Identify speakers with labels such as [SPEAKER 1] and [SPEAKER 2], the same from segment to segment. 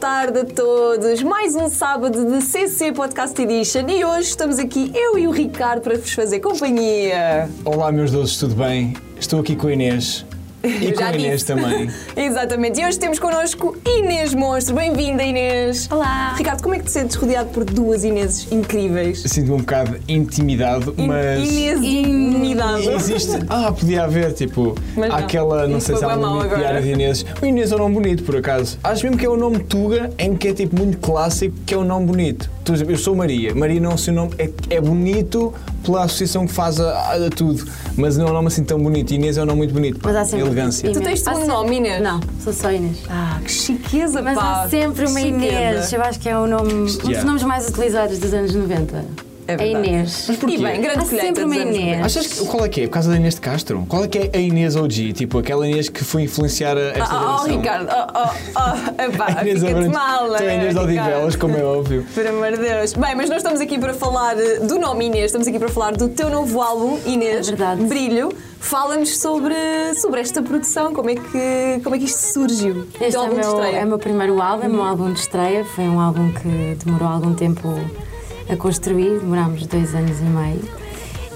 [SPEAKER 1] tarde a todos. Mais um sábado de CC Podcast Edition e hoje estamos aqui eu e o Ricardo para vos fazer companhia.
[SPEAKER 2] Olá, meus doces, tudo bem? Estou aqui com a Inês. E
[SPEAKER 1] Eu
[SPEAKER 2] com
[SPEAKER 1] já
[SPEAKER 2] a Inês
[SPEAKER 1] disse.
[SPEAKER 2] também.
[SPEAKER 1] Exatamente. E hoje temos connosco Inês Monstro. Bem-vinda, Inês.
[SPEAKER 3] Olá.
[SPEAKER 1] Ricardo, como é que te sentes rodeado por duas Ineses incríveis?
[SPEAKER 2] Sinto-me um bocado intimidado, mas.
[SPEAKER 1] Inês de intimidade.
[SPEAKER 2] Existe. Ah, podia haver, tipo,
[SPEAKER 1] Mas não.
[SPEAKER 2] há aquela, não
[SPEAKER 1] Isso
[SPEAKER 2] sei se
[SPEAKER 1] foi
[SPEAKER 2] há
[SPEAKER 1] bem mau
[SPEAKER 2] uma
[SPEAKER 1] agora.
[SPEAKER 2] piada de Inês. O Inês é um nome bonito, por acaso. Acho mesmo que é um nome Tuga, em que é tipo muito clássico, que é um nome bonito. Tu, eu sou Maria. Maria não é o seu nome. É, é bonito pela associação que faz a, a- a tudo, mas não é um nome assim tão bonito. Inês é um nome muito bonito.
[SPEAKER 3] Mas há sempre.
[SPEAKER 2] Elegância.
[SPEAKER 1] Tu tens
[SPEAKER 3] Há
[SPEAKER 1] um
[SPEAKER 3] sempre-
[SPEAKER 1] nome, Inês?
[SPEAKER 3] Não, sou só Inês.
[SPEAKER 1] Ah, que chiqueza,
[SPEAKER 3] Mas
[SPEAKER 1] pá.
[SPEAKER 3] há sempre uma
[SPEAKER 1] Chiqueza.
[SPEAKER 3] Inês. Eu acho que é o nome, um dos
[SPEAKER 2] Yeah.
[SPEAKER 3] nomes mais utilizados dos anos 90.
[SPEAKER 1] É verdade.
[SPEAKER 3] Inês.
[SPEAKER 1] E bem, grande
[SPEAKER 3] Há
[SPEAKER 1] colheita
[SPEAKER 3] sempre uma
[SPEAKER 1] dos anos
[SPEAKER 3] Inês.
[SPEAKER 2] Achas que qual é que é? Por causa da Inês de Castro? Qual é que é a Inês OG? Tipo, aquela Inês que foi influenciar
[SPEAKER 3] Ah,
[SPEAKER 2] a esta
[SPEAKER 1] Oh,
[SPEAKER 2] geração?
[SPEAKER 1] Ricardo, oh, oh, oh, epá,
[SPEAKER 2] A Inês
[SPEAKER 1] fica-te
[SPEAKER 2] Abrantes.
[SPEAKER 1] mal. eh,
[SPEAKER 2] Tu é a Inês de
[SPEAKER 3] eh,
[SPEAKER 1] Ricardo.
[SPEAKER 2] Odivelas, como é óbvio.
[SPEAKER 1] Por amor de Deus. Bem, mas nós estamos aqui para falar eh, do nome Inês, estamos aqui para falar do teu novo álbum, Inês.
[SPEAKER 3] É verdade.
[SPEAKER 1] Brilho. Fala-nos sobre, sobre esta produção, como é que, como é que isto surgiu?
[SPEAKER 3] Este
[SPEAKER 1] Teu
[SPEAKER 3] é o
[SPEAKER 1] álbum de
[SPEAKER 3] meu,
[SPEAKER 1] estreia.
[SPEAKER 3] é o meu primeiro álbum, é um álbum de estreia. Foi um álbum que demorou algum tempo a construir, demorámos dois anos e meio.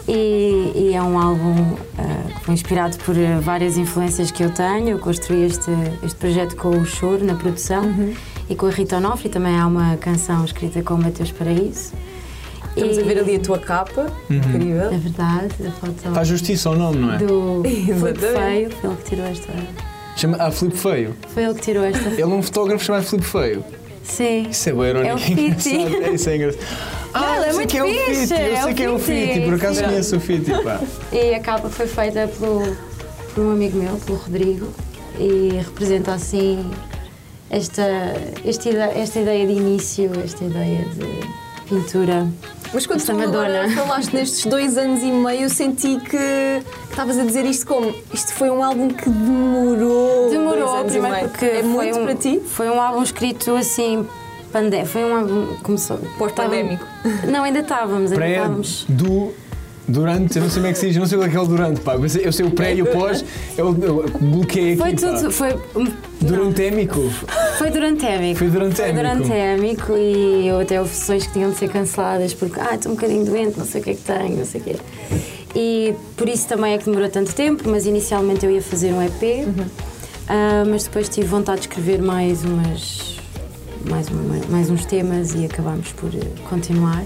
[SPEAKER 3] E, e é um álbum ah, que foi inspirado por ah, várias influências que eu tenho. Eu construí este, este projeto com o Choro na produção
[SPEAKER 1] Uhum.
[SPEAKER 3] e com a Rita Onofre. Também há uma canção escrita com o Mateus Paraíso.
[SPEAKER 1] Estamos
[SPEAKER 3] E-
[SPEAKER 1] a ver ali a tua capa, incrível.
[SPEAKER 3] É verdade, a foto
[SPEAKER 2] Faz justiça ao nome, não é?
[SPEAKER 3] do Filipe
[SPEAKER 1] Exatamente.
[SPEAKER 3] Feio. Foi ele que tirou esta.
[SPEAKER 2] Chama a Filipe Feio.
[SPEAKER 3] Foi ele que tirou esta.
[SPEAKER 2] Ele é um fotógrafo chamado Filipe Feio.
[SPEAKER 3] Sim.
[SPEAKER 2] Isso é bem
[SPEAKER 3] É o
[SPEAKER 2] irónico.
[SPEAKER 3] Fiti.
[SPEAKER 2] engraçado. É, isso é engraçado. Ah,
[SPEAKER 3] Não, ele é
[SPEAKER 2] eu sei
[SPEAKER 3] muito
[SPEAKER 2] que é o
[SPEAKER 3] fixe,
[SPEAKER 2] Fiti. Eu
[SPEAKER 3] é
[SPEAKER 2] sei
[SPEAKER 3] o
[SPEAKER 2] que é o
[SPEAKER 3] Fiti,
[SPEAKER 2] Fiti. Por acaso
[SPEAKER 3] sim.
[SPEAKER 2] conheço o Fiti, pá.
[SPEAKER 3] E a capa foi feita pelo, por um amigo meu, pelo Rodrigo, e representa assim esta, esta, ide- esta ideia de início, esta ideia de pintura.
[SPEAKER 1] Mas quando
[SPEAKER 3] Esta
[SPEAKER 1] tu agora
[SPEAKER 3] Madonna.
[SPEAKER 1] falaste nestes dois anos e meio, eu senti que que estavas a dizer isto como isto foi um álbum que demorou. dois
[SPEAKER 3] Demorou,
[SPEAKER 1] anos e
[SPEAKER 3] primeiro
[SPEAKER 1] meio.
[SPEAKER 3] porque
[SPEAKER 1] é
[SPEAKER 3] foi
[SPEAKER 1] muito
[SPEAKER 3] um,
[SPEAKER 1] para ti.
[SPEAKER 3] Foi um álbum escrito assim, pandé, foi um álbum que começou.
[SPEAKER 1] Pós-pandémico.
[SPEAKER 3] Estava- Não, ainda estávamos, ainda
[SPEAKER 2] Pré,
[SPEAKER 3] estávamos.
[SPEAKER 2] do, durante, eu não sei como é que se diz, eu não sei qual é que é o durante, pá. Eu sei, eu sei o pré e o pós, eu, eu bloqueei aqui,
[SPEAKER 3] Foi
[SPEAKER 2] pá.
[SPEAKER 3] tudo, foi.
[SPEAKER 2] Durante émico.
[SPEAKER 3] Foi durante émico.
[SPEAKER 2] Foi durante
[SPEAKER 3] Foi
[SPEAKER 2] émico.
[SPEAKER 3] durante émico e eu até houve sessões que tinham de ser canceladas porque ah, estou um bocadinho doente, não sei o que é que tenho, não sei o quê. E por isso também é que demorou tanto tempo, mas inicialmente eu ia fazer um EP,
[SPEAKER 1] Uhum.
[SPEAKER 3] ah, mas depois tive vontade de escrever mais umas. Mais, uma, mais uns temas e acabámos por eh, continuar.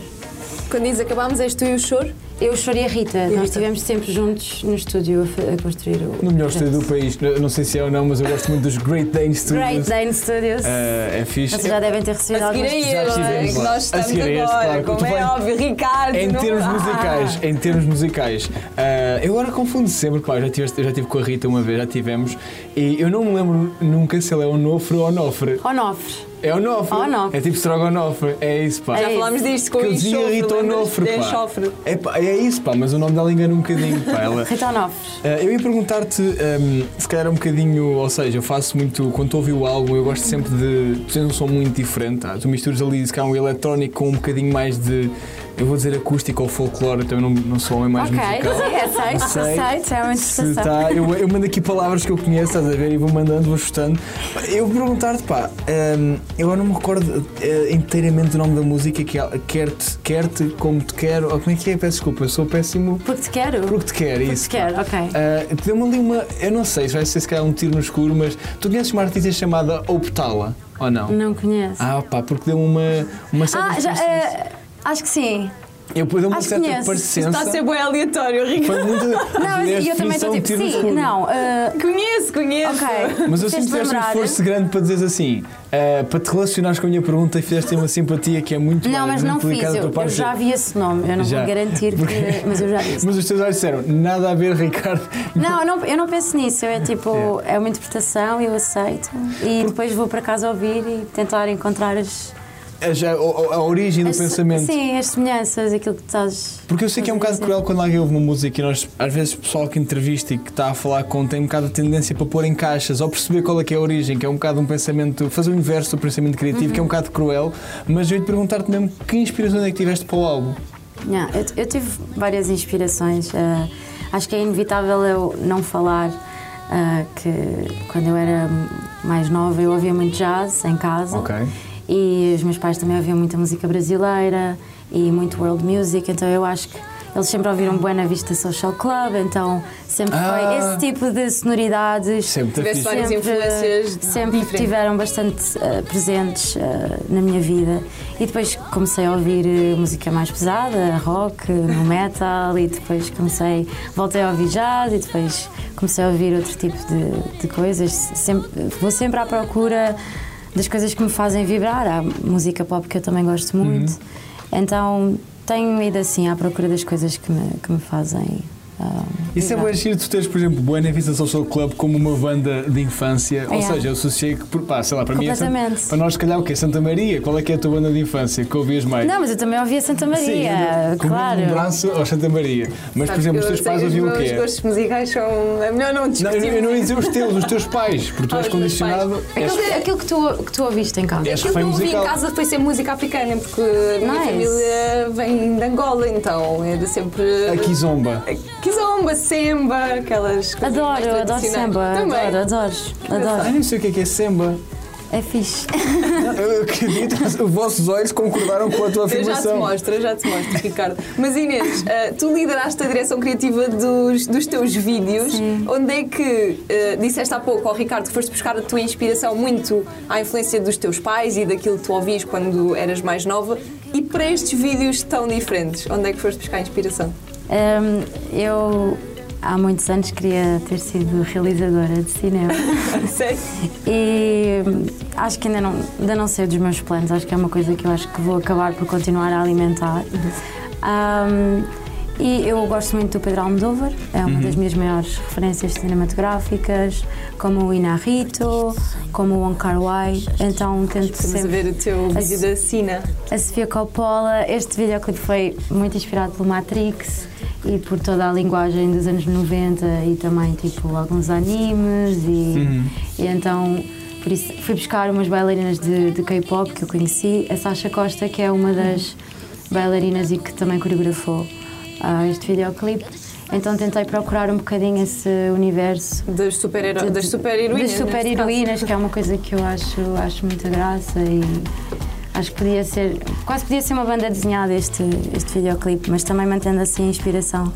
[SPEAKER 1] Quando diz acabámos, és tu e o choro.
[SPEAKER 3] Eu chorei a Rita,
[SPEAKER 1] Rita.
[SPEAKER 3] nós estivemos sempre juntos no estúdio a, fa- a construir o.
[SPEAKER 2] No melhor
[SPEAKER 3] projeto.
[SPEAKER 2] estúdio do país, Eu não sei se é ou não, mas eu gosto muito dos Great Dane Studios.
[SPEAKER 3] Great Dane Studios.
[SPEAKER 2] Eh, é fixe.
[SPEAKER 3] Vocês já devem ter recebido
[SPEAKER 1] A seguir é
[SPEAKER 3] algumas
[SPEAKER 1] a ele,
[SPEAKER 2] já
[SPEAKER 1] não é?
[SPEAKER 2] estivemos
[SPEAKER 1] que
[SPEAKER 2] lá.
[SPEAKER 1] nós
[SPEAKER 2] A
[SPEAKER 1] estamos
[SPEAKER 2] seguir a este,
[SPEAKER 1] agora,
[SPEAKER 2] claro,
[SPEAKER 1] como é
[SPEAKER 2] muito bem.
[SPEAKER 1] óbvio, Ricardo.
[SPEAKER 2] Em
[SPEAKER 1] não-
[SPEAKER 2] termos
[SPEAKER 1] Ah!
[SPEAKER 2] musicais, em termos musicais. Ah, eu agora confundo sempre, pá, já tive, já tive com a Rita uma vez, já tivemos, e eu não me lembro nunca se ele é onofre ou onofre.
[SPEAKER 3] Onofre.
[SPEAKER 2] É onofre.
[SPEAKER 3] Onofre.
[SPEAKER 2] É tipo strogonofre, é isso, pá.
[SPEAKER 1] Já
[SPEAKER 3] É
[SPEAKER 1] falámos
[SPEAKER 3] isso.
[SPEAKER 1] disto com
[SPEAKER 2] que eu
[SPEAKER 1] o
[SPEAKER 2] dizia
[SPEAKER 1] enxofre.
[SPEAKER 2] Rita
[SPEAKER 1] lembras?
[SPEAKER 2] Onofre,
[SPEAKER 1] De
[SPEAKER 2] pá.
[SPEAKER 1] enxofre.
[SPEAKER 2] É, pá. é isso, pá, mas o nome dela engana um bocadinho, pá. Ela,
[SPEAKER 3] Rita Onofre.
[SPEAKER 2] Ah, eu ia perguntar-te, hum, se calhar um bocadinho, ou seja, eu faço muito, quando tu ouvi o álbum, eu gosto sempre de. Tu tens um som muito diferente, tá? tu misturas ali, se calhar, um eletrónico com um bocadinho mais de. Eu vou dizer acústico ou folclore, então eu não, não sou homem mais
[SPEAKER 3] Ok,
[SPEAKER 2] musical.
[SPEAKER 3] sim, aceito,
[SPEAKER 2] Sei.
[SPEAKER 3] aceito, é uma
[SPEAKER 2] Se
[SPEAKER 3] interpretação.
[SPEAKER 2] tá, eu, eu mando aqui palavras que eu conheço, estás a ver, e vou mandando, vou chutando. Eu vou perguntar-te, pá, hum, eu agora não me recordo eh, inteiramente do nome da música, que é Quer-te, Quer-te, Como Te Quero, ou como é que é? Peço desculpa, eu sou péssimo.
[SPEAKER 3] Porque te quero.
[SPEAKER 2] Porque te quer,
[SPEAKER 3] Porque
[SPEAKER 2] isso.
[SPEAKER 3] te quero, ok.
[SPEAKER 2] Ah, Deu-me ali uma. Eu não sei se vai ser se calhar um tiro no escuro, mas tu conheces uma artista chamada Optala, ou não?
[SPEAKER 3] Não conheço.
[SPEAKER 2] Ah, pá, porque deu uma. uma certa
[SPEAKER 3] Ah, já,
[SPEAKER 2] parecência.
[SPEAKER 3] eh, acho que sim.
[SPEAKER 2] Eu deu uma
[SPEAKER 3] acho que
[SPEAKER 2] certa
[SPEAKER 3] conheço.
[SPEAKER 2] parecença.
[SPEAKER 1] Está a ser bem aleatório, Ricardo.
[SPEAKER 2] Foi muito.
[SPEAKER 3] Não, mas eu também estou tipo, sim, não. eh,
[SPEAKER 1] Conheço, conheço.
[SPEAKER 3] ok.
[SPEAKER 2] Mas eu
[SPEAKER 3] Fizeste
[SPEAKER 2] sinto que fizeste um
[SPEAKER 3] lembrar.
[SPEAKER 2] esforço grande para dizeres assim, ah, para te relacionares com a minha pergunta e fizeste uma simpatia que é muito
[SPEAKER 3] Não,
[SPEAKER 2] mais
[SPEAKER 3] mas não fiz.
[SPEAKER 2] delicada da
[SPEAKER 3] Eu,
[SPEAKER 2] tua
[SPEAKER 3] eu
[SPEAKER 2] parte.
[SPEAKER 3] já vi esse nome. Eu não
[SPEAKER 2] Já.
[SPEAKER 3] vou garantir
[SPEAKER 2] Porque-
[SPEAKER 3] que. Mas eu já vi esse
[SPEAKER 2] Mas os teus olhos disseram, nada a ver, Ricardo.
[SPEAKER 3] Não, eu não, eu não penso nisso. Eu É tipo, é uma interpretação, eu aceito. E depois vou para casa ouvir e tentar encontrar as.
[SPEAKER 2] A, já- a- a origem do
[SPEAKER 3] as-
[SPEAKER 2] Um pensamento.
[SPEAKER 3] Sim, as semelhanças, aquilo que estás.
[SPEAKER 2] Porque eu sei que é um bocado cruel quando alguém ouve uma música e nós, às vezes, o pessoal que entrevista e que está a falar com tem um bocado de tendência para pôr em caixas ou perceber qual é que é a origem, que é um bocado um pensamento, fazer o inverso do pensamento criativo, que é
[SPEAKER 3] Uhum.
[SPEAKER 2] um bocado cruel, mas eu ia te perguntar-te mesmo que inspiração é que tiveste para o álbum.
[SPEAKER 3] Não, eu, eu tive várias inspirações. ah, acho que é inevitável eu não falar ah, que eh, quando eu era mais nova, eu ouvia muito jazz em casa.
[SPEAKER 2] Ok.
[SPEAKER 3] E os meus pais também ouviam muita música brasileira e muito world music, então eu acho que eles sempre ouviram Buena Vista Social Club, então sempre
[SPEAKER 2] Ah.
[SPEAKER 3] foi esse tipo de sonoridades.
[SPEAKER 2] Sempre
[SPEAKER 1] Vê
[SPEAKER 2] fixe.
[SPEAKER 1] só- Várias influências
[SPEAKER 3] sempre
[SPEAKER 1] diferentes.
[SPEAKER 3] tiveram bastante eh, presentes eh, na minha vida e depois comecei a ouvir eh, música mais pesada, rock, no metal e depois comecei voltei a ouvir jazz e depois comecei a ouvir outro tipo de, de coisas sempre, vou sempre à procura das coisas que me fazem vibrar há música pop que eu também gosto muito então tenho ido assim à procura das coisas que me, que me fazem ah,
[SPEAKER 2] Isso é
[SPEAKER 3] vibrar.
[SPEAKER 2] bem giro, tu tens, por exemplo, Buena Vista Social Club como uma banda de infância. Ou
[SPEAKER 3] Yeah.
[SPEAKER 2] seja, eu associei que, por- pá, sei lá, para mim é Santa-
[SPEAKER 3] Completamente.
[SPEAKER 2] Para nós, se calhar, o quê? Santa Maria? Qual é que é a tua banda de infância que ouvias mais?
[SPEAKER 3] não, mas eu também ouvia Santa Maria,
[SPEAKER 2] Sim,
[SPEAKER 3] claro.
[SPEAKER 2] Um braço ao Santa Maria. Mas, por exemplo, os teus pais ouviam o
[SPEAKER 1] Os
[SPEAKER 2] quê?
[SPEAKER 1] meus gostos musicais são. É melhor não
[SPEAKER 2] Não, eu,
[SPEAKER 1] discutir.
[SPEAKER 2] eu não ia dizer os teus, os teus pais, porque tu
[SPEAKER 1] Ah,
[SPEAKER 2] és
[SPEAKER 1] os meus pais.
[SPEAKER 2] condicionado. és-
[SPEAKER 3] Aquilo, aquilo que, tu, que tu ouviste em casa.
[SPEAKER 1] Aquilo
[SPEAKER 2] és
[SPEAKER 1] que eu
[SPEAKER 2] refém
[SPEAKER 1] ouvi
[SPEAKER 2] musical.
[SPEAKER 1] em casa foi sempre música africana, porque a minha
[SPEAKER 3] Nice.
[SPEAKER 1] família vem de Angola, então era sempre.
[SPEAKER 2] Aqui zomba.
[SPEAKER 1] Kizomba, samba, aquelas coisas. mais
[SPEAKER 3] Adoro, adoro
[SPEAKER 1] tradicionais.
[SPEAKER 3] samba,
[SPEAKER 1] Também.
[SPEAKER 3] adoro, adoro,
[SPEAKER 2] Ah,
[SPEAKER 3] adoro.
[SPEAKER 2] nem sei o que é que é samba.
[SPEAKER 3] É fixe.
[SPEAKER 2] Eu- Eu acredito, mas os vossos olhos concordaram com a tua
[SPEAKER 1] Eu já te
[SPEAKER 2] afirmação.
[SPEAKER 1] mostro, eu já te mostro, Ricardo. Mas Inês, eh, tu lideraste a direção criativa dos, dos teus vídeos.
[SPEAKER 3] Sim.
[SPEAKER 1] Onde é que, eh, disseste há pouco ao Ricardo, que foste buscar a tua inspiração muito à influência dos teus pais e daquilo que tu ouvias quando eras mais nova. E para estes vídeos tão diferentes, onde é que foste buscar a inspiração?
[SPEAKER 3] Hum, eu há muitos anos queria ter sido realizadora de cinema
[SPEAKER 1] Sei.
[SPEAKER 3] e hum, acho que ainda não, ainda não sei dos meus planos, acho que é uma coisa que eu acho que vou acabar por continuar a alimentar. Hum, e eu gosto muito do Pedro Almodóvar, é
[SPEAKER 1] Uhum.
[SPEAKER 3] uma das minhas maiores referências cinematográficas, como o Inarrito, como o Wong Kar Wai, então tento
[SPEAKER 1] Estamos a
[SPEAKER 3] sempre
[SPEAKER 1] ver o teu vídeo
[SPEAKER 3] As-
[SPEAKER 1] da Sina.
[SPEAKER 3] a Sofia Coppola. Este videoclipe foi muito inspirado pelo Matrix e por toda a linguagem dos anos 90 e também tipo alguns animes e, e então por isso fui buscar umas bailarinas de, de K-pop que eu conheci, a Sasha Costa que é uma das bailarinas e que também coreografou ah, este videoclipe. Então tentei procurar um bocadinho esse universo
[SPEAKER 1] Das super-heroínas. Das super-heroínas.
[SPEAKER 3] das super-heroínas, que é uma coisa que eu acho, acho muita graça e acho que podia ser, quase podia ser uma banda desenhada este, este videoclipe, mas também mantendo assim a inspiração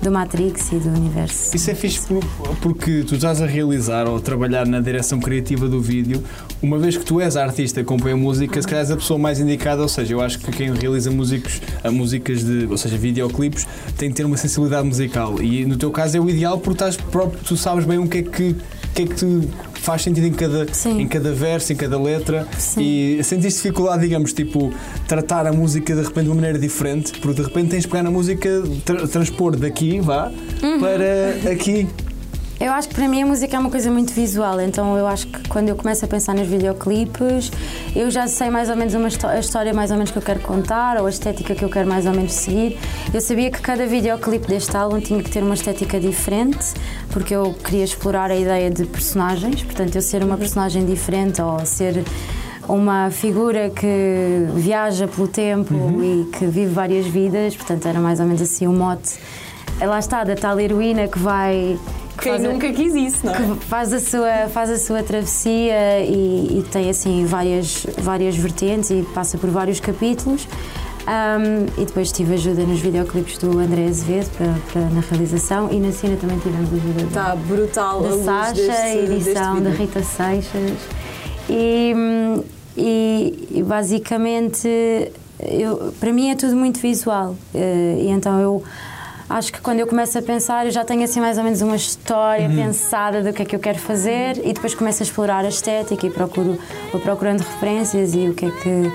[SPEAKER 3] do Matrix e do universo.
[SPEAKER 2] Isso é fixe por- porque tu estás a realizar ou a trabalhar na direção criativa do vídeo, uma vez que tu és artista e compõe a música, se calhar és a pessoa mais indicada, ou seja, eu acho que quem realiza músicos, a músicas de, ou seja, videoclipes, tem que ter uma sensibilidade musical. E no teu caso é o ideal porque estás próprio, tu sabes bem o que é que, o que, é que te faz sentido em cada,
[SPEAKER 3] Sim.
[SPEAKER 2] em cada verso, em cada letra.
[SPEAKER 3] Sim.
[SPEAKER 2] E sentiste dificuldade, digamos, tipo, tratar a música de repente de uma maneira diferente, porque de repente tens de pegar na música, tra- transpor daqui, vá,
[SPEAKER 3] Uhum.
[SPEAKER 2] para aqui.
[SPEAKER 3] Eu acho que para mim a música é uma coisa muito visual, então eu acho que quando eu começo a pensar nos videoclipes, eu já sei mais ou menos uma histó- a história mais ou menos que eu quero contar ou a estética que eu quero mais ou menos seguir. Eu sabia que cada videoclipe deste álbum tinha que ter uma estética diferente, porque eu queria explorar a ideia de personagens, portanto eu ser uma personagem diferente ou ser uma figura que viaja pelo tempo e que vive várias vidas, portanto era mais ou menos assim o mote. Lá está, da tal heroína que vai que
[SPEAKER 1] Quem
[SPEAKER 3] faz a-
[SPEAKER 1] nunca quis isso, não é?
[SPEAKER 3] que faz a sua faz a sua travessia e, e tem assim várias várias vertentes e passa por vários capítulos Ahm, e depois tive ajuda nos videoclipes do André Azevedo para, para- na realização e na cena também tivemos ajuda da-
[SPEAKER 1] Está Tá brutal a
[SPEAKER 3] da
[SPEAKER 1] luz
[SPEAKER 3] Sasha,
[SPEAKER 1] deste,
[SPEAKER 3] edição
[SPEAKER 1] deste
[SPEAKER 3] da
[SPEAKER 1] vídeo.
[SPEAKER 3] Rita Seixas. E, hum, e- e basicamente, eu, para mim é tudo muito visual. eh, E então eu acho que quando eu começo a pensar, eu já tenho assim mais ou menos uma história pensada do que é que eu quero fazer e depois começo a explorar a estética e procuro, vou procurando referências e o que é que.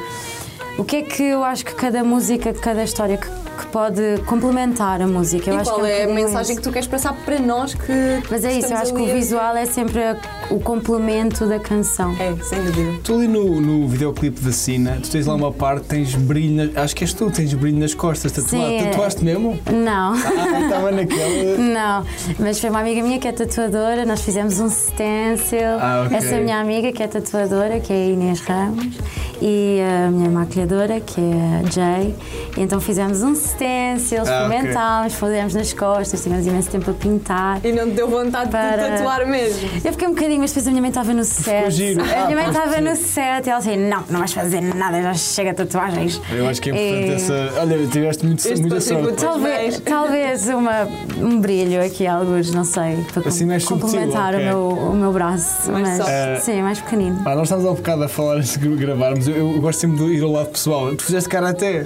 [SPEAKER 3] O que é que eu acho que cada música, cada história que, que pode complementar a música? Eu
[SPEAKER 1] E
[SPEAKER 3] acho
[SPEAKER 1] qual
[SPEAKER 3] que um
[SPEAKER 1] é a
[SPEAKER 3] bocadinho
[SPEAKER 1] mensagem que
[SPEAKER 3] isso.
[SPEAKER 1] tu queres passar para nós que.
[SPEAKER 3] Mas é isso, eu
[SPEAKER 1] estamos
[SPEAKER 3] acho que
[SPEAKER 1] ali
[SPEAKER 3] o
[SPEAKER 1] a-
[SPEAKER 3] visual é sempre a- o complemento da canção.
[SPEAKER 1] É, sem dúvida.
[SPEAKER 2] Tu ali no, no videoclipe da Sina, tu tens lá uma parte, tens brilho, na, acho que és tu, tens brilho nas costas, tatuado.
[SPEAKER 3] Sim, é.
[SPEAKER 2] Tatuaste mesmo?
[SPEAKER 3] Não,
[SPEAKER 2] Ah, estava naquela.
[SPEAKER 3] não. Mas foi uma amiga minha que é tatuadora, nós fizemos um stencil.
[SPEAKER 2] Ah, ok.
[SPEAKER 3] Essa minha amiga que é tatuadora, que é a Inês Ramos. e a minha maquilhadora, que é a Jay. E então fizemos um stencil,
[SPEAKER 2] Ah, ok.
[SPEAKER 3] experimentámos, fazemos nas costas, tivemos imenso tempo a pintar.
[SPEAKER 1] E não te deu vontade de
[SPEAKER 3] Para-
[SPEAKER 1] tatuar mesmo.
[SPEAKER 3] Eu fiquei um bocadinho, mas depois a minha mãe estava no set.
[SPEAKER 2] giro.
[SPEAKER 3] A minha mãe
[SPEAKER 2] Ah,
[SPEAKER 3] estava
[SPEAKER 2] pois,
[SPEAKER 3] no
[SPEAKER 2] sim.
[SPEAKER 3] set e ela assim: não, não vais fazer nada, já chega de tatuagens.
[SPEAKER 2] Eu acho que é importante
[SPEAKER 3] E-
[SPEAKER 2] essa. Olha, tiveste muito,
[SPEAKER 1] Este
[SPEAKER 2] muita sorte.
[SPEAKER 1] contributo.
[SPEAKER 3] Talvez,
[SPEAKER 2] é
[SPEAKER 1] Mas-
[SPEAKER 3] talvez uma, um brilho aqui, alguns, não sei, para com-
[SPEAKER 2] Assim mais subtil,
[SPEAKER 3] complementar
[SPEAKER 2] ok.
[SPEAKER 3] o, meu, o meu braço.
[SPEAKER 1] Mais
[SPEAKER 3] mas,
[SPEAKER 1] soft.
[SPEAKER 2] Eh,
[SPEAKER 3] sim, mais pequenino.
[SPEAKER 2] Pá, nós estávamos há um bocado a falar antes de gravarmos. Eu, eu gosto sempre de ir ao lado pessoal. Tu fizeste karaté.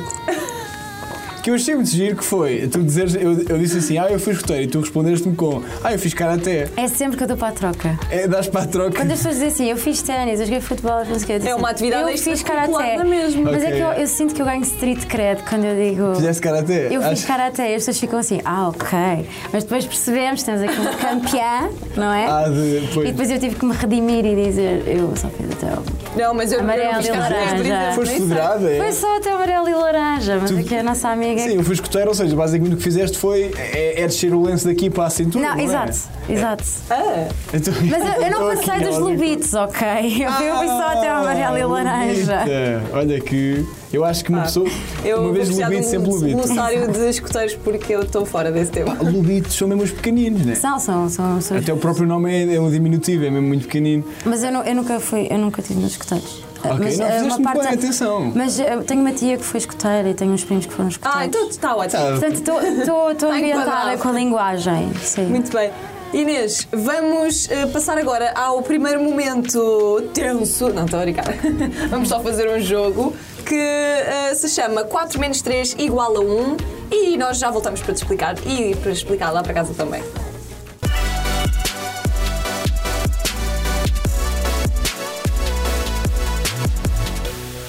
[SPEAKER 2] Que eu achei muito giro que foi. Tu dizeres, eu, eu disse assim, ah, eu fui escoteiro, e tu respondeste-me com, ah, eu fiz karaté.
[SPEAKER 3] É sempre que eu dou para a troca.
[SPEAKER 2] É, dás para a troca.
[SPEAKER 3] Quando as pessoas dizem assim, eu fiz ténis, eu joguei futebol, não sei o que, eu disse,
[SPEAKER 1] É
[SPEAKER 3] assim,
[SPEAKER 1] uma atividade
[SPEAKER 3] Eu fiz
[SPEAKER 1] extracurricular
[SPEAKER 3] karaté.
[SPEAKER 1] na mesma.
[SPEAKER 3] Mas é
[SPEAKER 2] Ok.
[SPEAKER 3] que eu, eu sinto que eu ganho street cred quando eu digo.
[SPEAKER 2] Fizeste karaté.
[SPEAKER 3] Eu fiz
[SPEAKER 2] Acho-
[SPEAKER 3] karaté, as pessoas ficam assim, ah, ok. Mas depois percebemos, temos aqui um campeã, não é?
[SPEAKER 2] Ah, de- pois.
[SPEAKER 3] E depois eu tive que me redimir e dizer, eu só fiz até o.
[SPEAKER 1] Não, mas eu eu não
[SPEAKER 3] Amarelo
[SPEAKER 1] fiz
[SPEAKER 3] e
[SPEAKER 1] nada
[SPEAKER 3] laranja.
[SPEAKER 1] desde-
[SPEAKER 2] Foste
[SPEAKER 1] nem sei.
[SPEAKER 2] federada, é?
[SPEAKER 3] Foi só até amarelo e laranja, mas
[SPEAKER 2] Tu-
[SPEAKER 3] aqui a nossa amiga.
[SPEAKER 2] Sim, eu fui escoteiro, ou seja, basicamente o que fizeste foi, é, é descer o lenço daqui para a cintura,
[SPEAKER 3] Não,
[SPEAKER 2] é?
[SPEAKER 3] exato, exato.
[SPEAKER 1] Ah,
[SPEAKER 2] Então-
[SPEAKER 3] Mas eu, eu não
[SPEAKER 2] estou
[SPEAKER 3] passei
[SPEAKER 2] aqui,
[SPEAKER 3] dos
[SPEAKER 2] olha.
[SPEAKER 3] lobitos, ok? Eu fui eu fui só até ao amarelo e
[SPEAKER 2] Ah,
[SPEAKER 3] laranja.
[SPEAKER 2] bonita. Olha que. Eu acho que uma pessoa.
[SPEAKER 1] Ah, eu
[SPEAKER 2] uma
[SPEAKER 1] vou
[SPEAKER 2] vez
[SPEAKER 1] precisar de
[SPEAKER 2] lobito, sempre
[SPEAKER 1] um
[SPEAKER 2] lobito.
[SPEAKER 1] glossário de escuteiros porque eu estou fora desse tema.
[SPEAKER 2] Lobitos são mesmo os pequeninos, né?
[SPEAKER 3] São, são, são. são-
[SPEAKER 2] Até o próprio nome é, é um diminutivo, é mesmo muito pequenino.
[SPEAKER 3] Mas eu, não- eu nunca fui, eu nunca tive nos escuteiros. Ah,
[SPEAKER 2] Ok, não, fizeste muito bem, atenção.
[SPEAKER 3] Mas eu tenho uma tia que foi escuteira e tenho uns primos que foram escuteiros.
[SPEAKER 1] Ah, então está ótimo.
[SPEAKER 2] Tá.
[SPEAKER 3] Portanto, estou
[SPEAKER 1] Está
[SPEAKER 3] ambientada
[SPEAKER 1] enquadrado.
[SPEAKER 3] com a linguagem. Sim.
[SPEAKER 1] Muito bem. Inês, vamos eh, passar agora ao primeiro momento tenso. Não, estou a brincar. vamos só fazer um jogo que eh, se chama 4 menos 3 igual a 1 e nós já voltamos para te explicar e para explicar lá para casa também.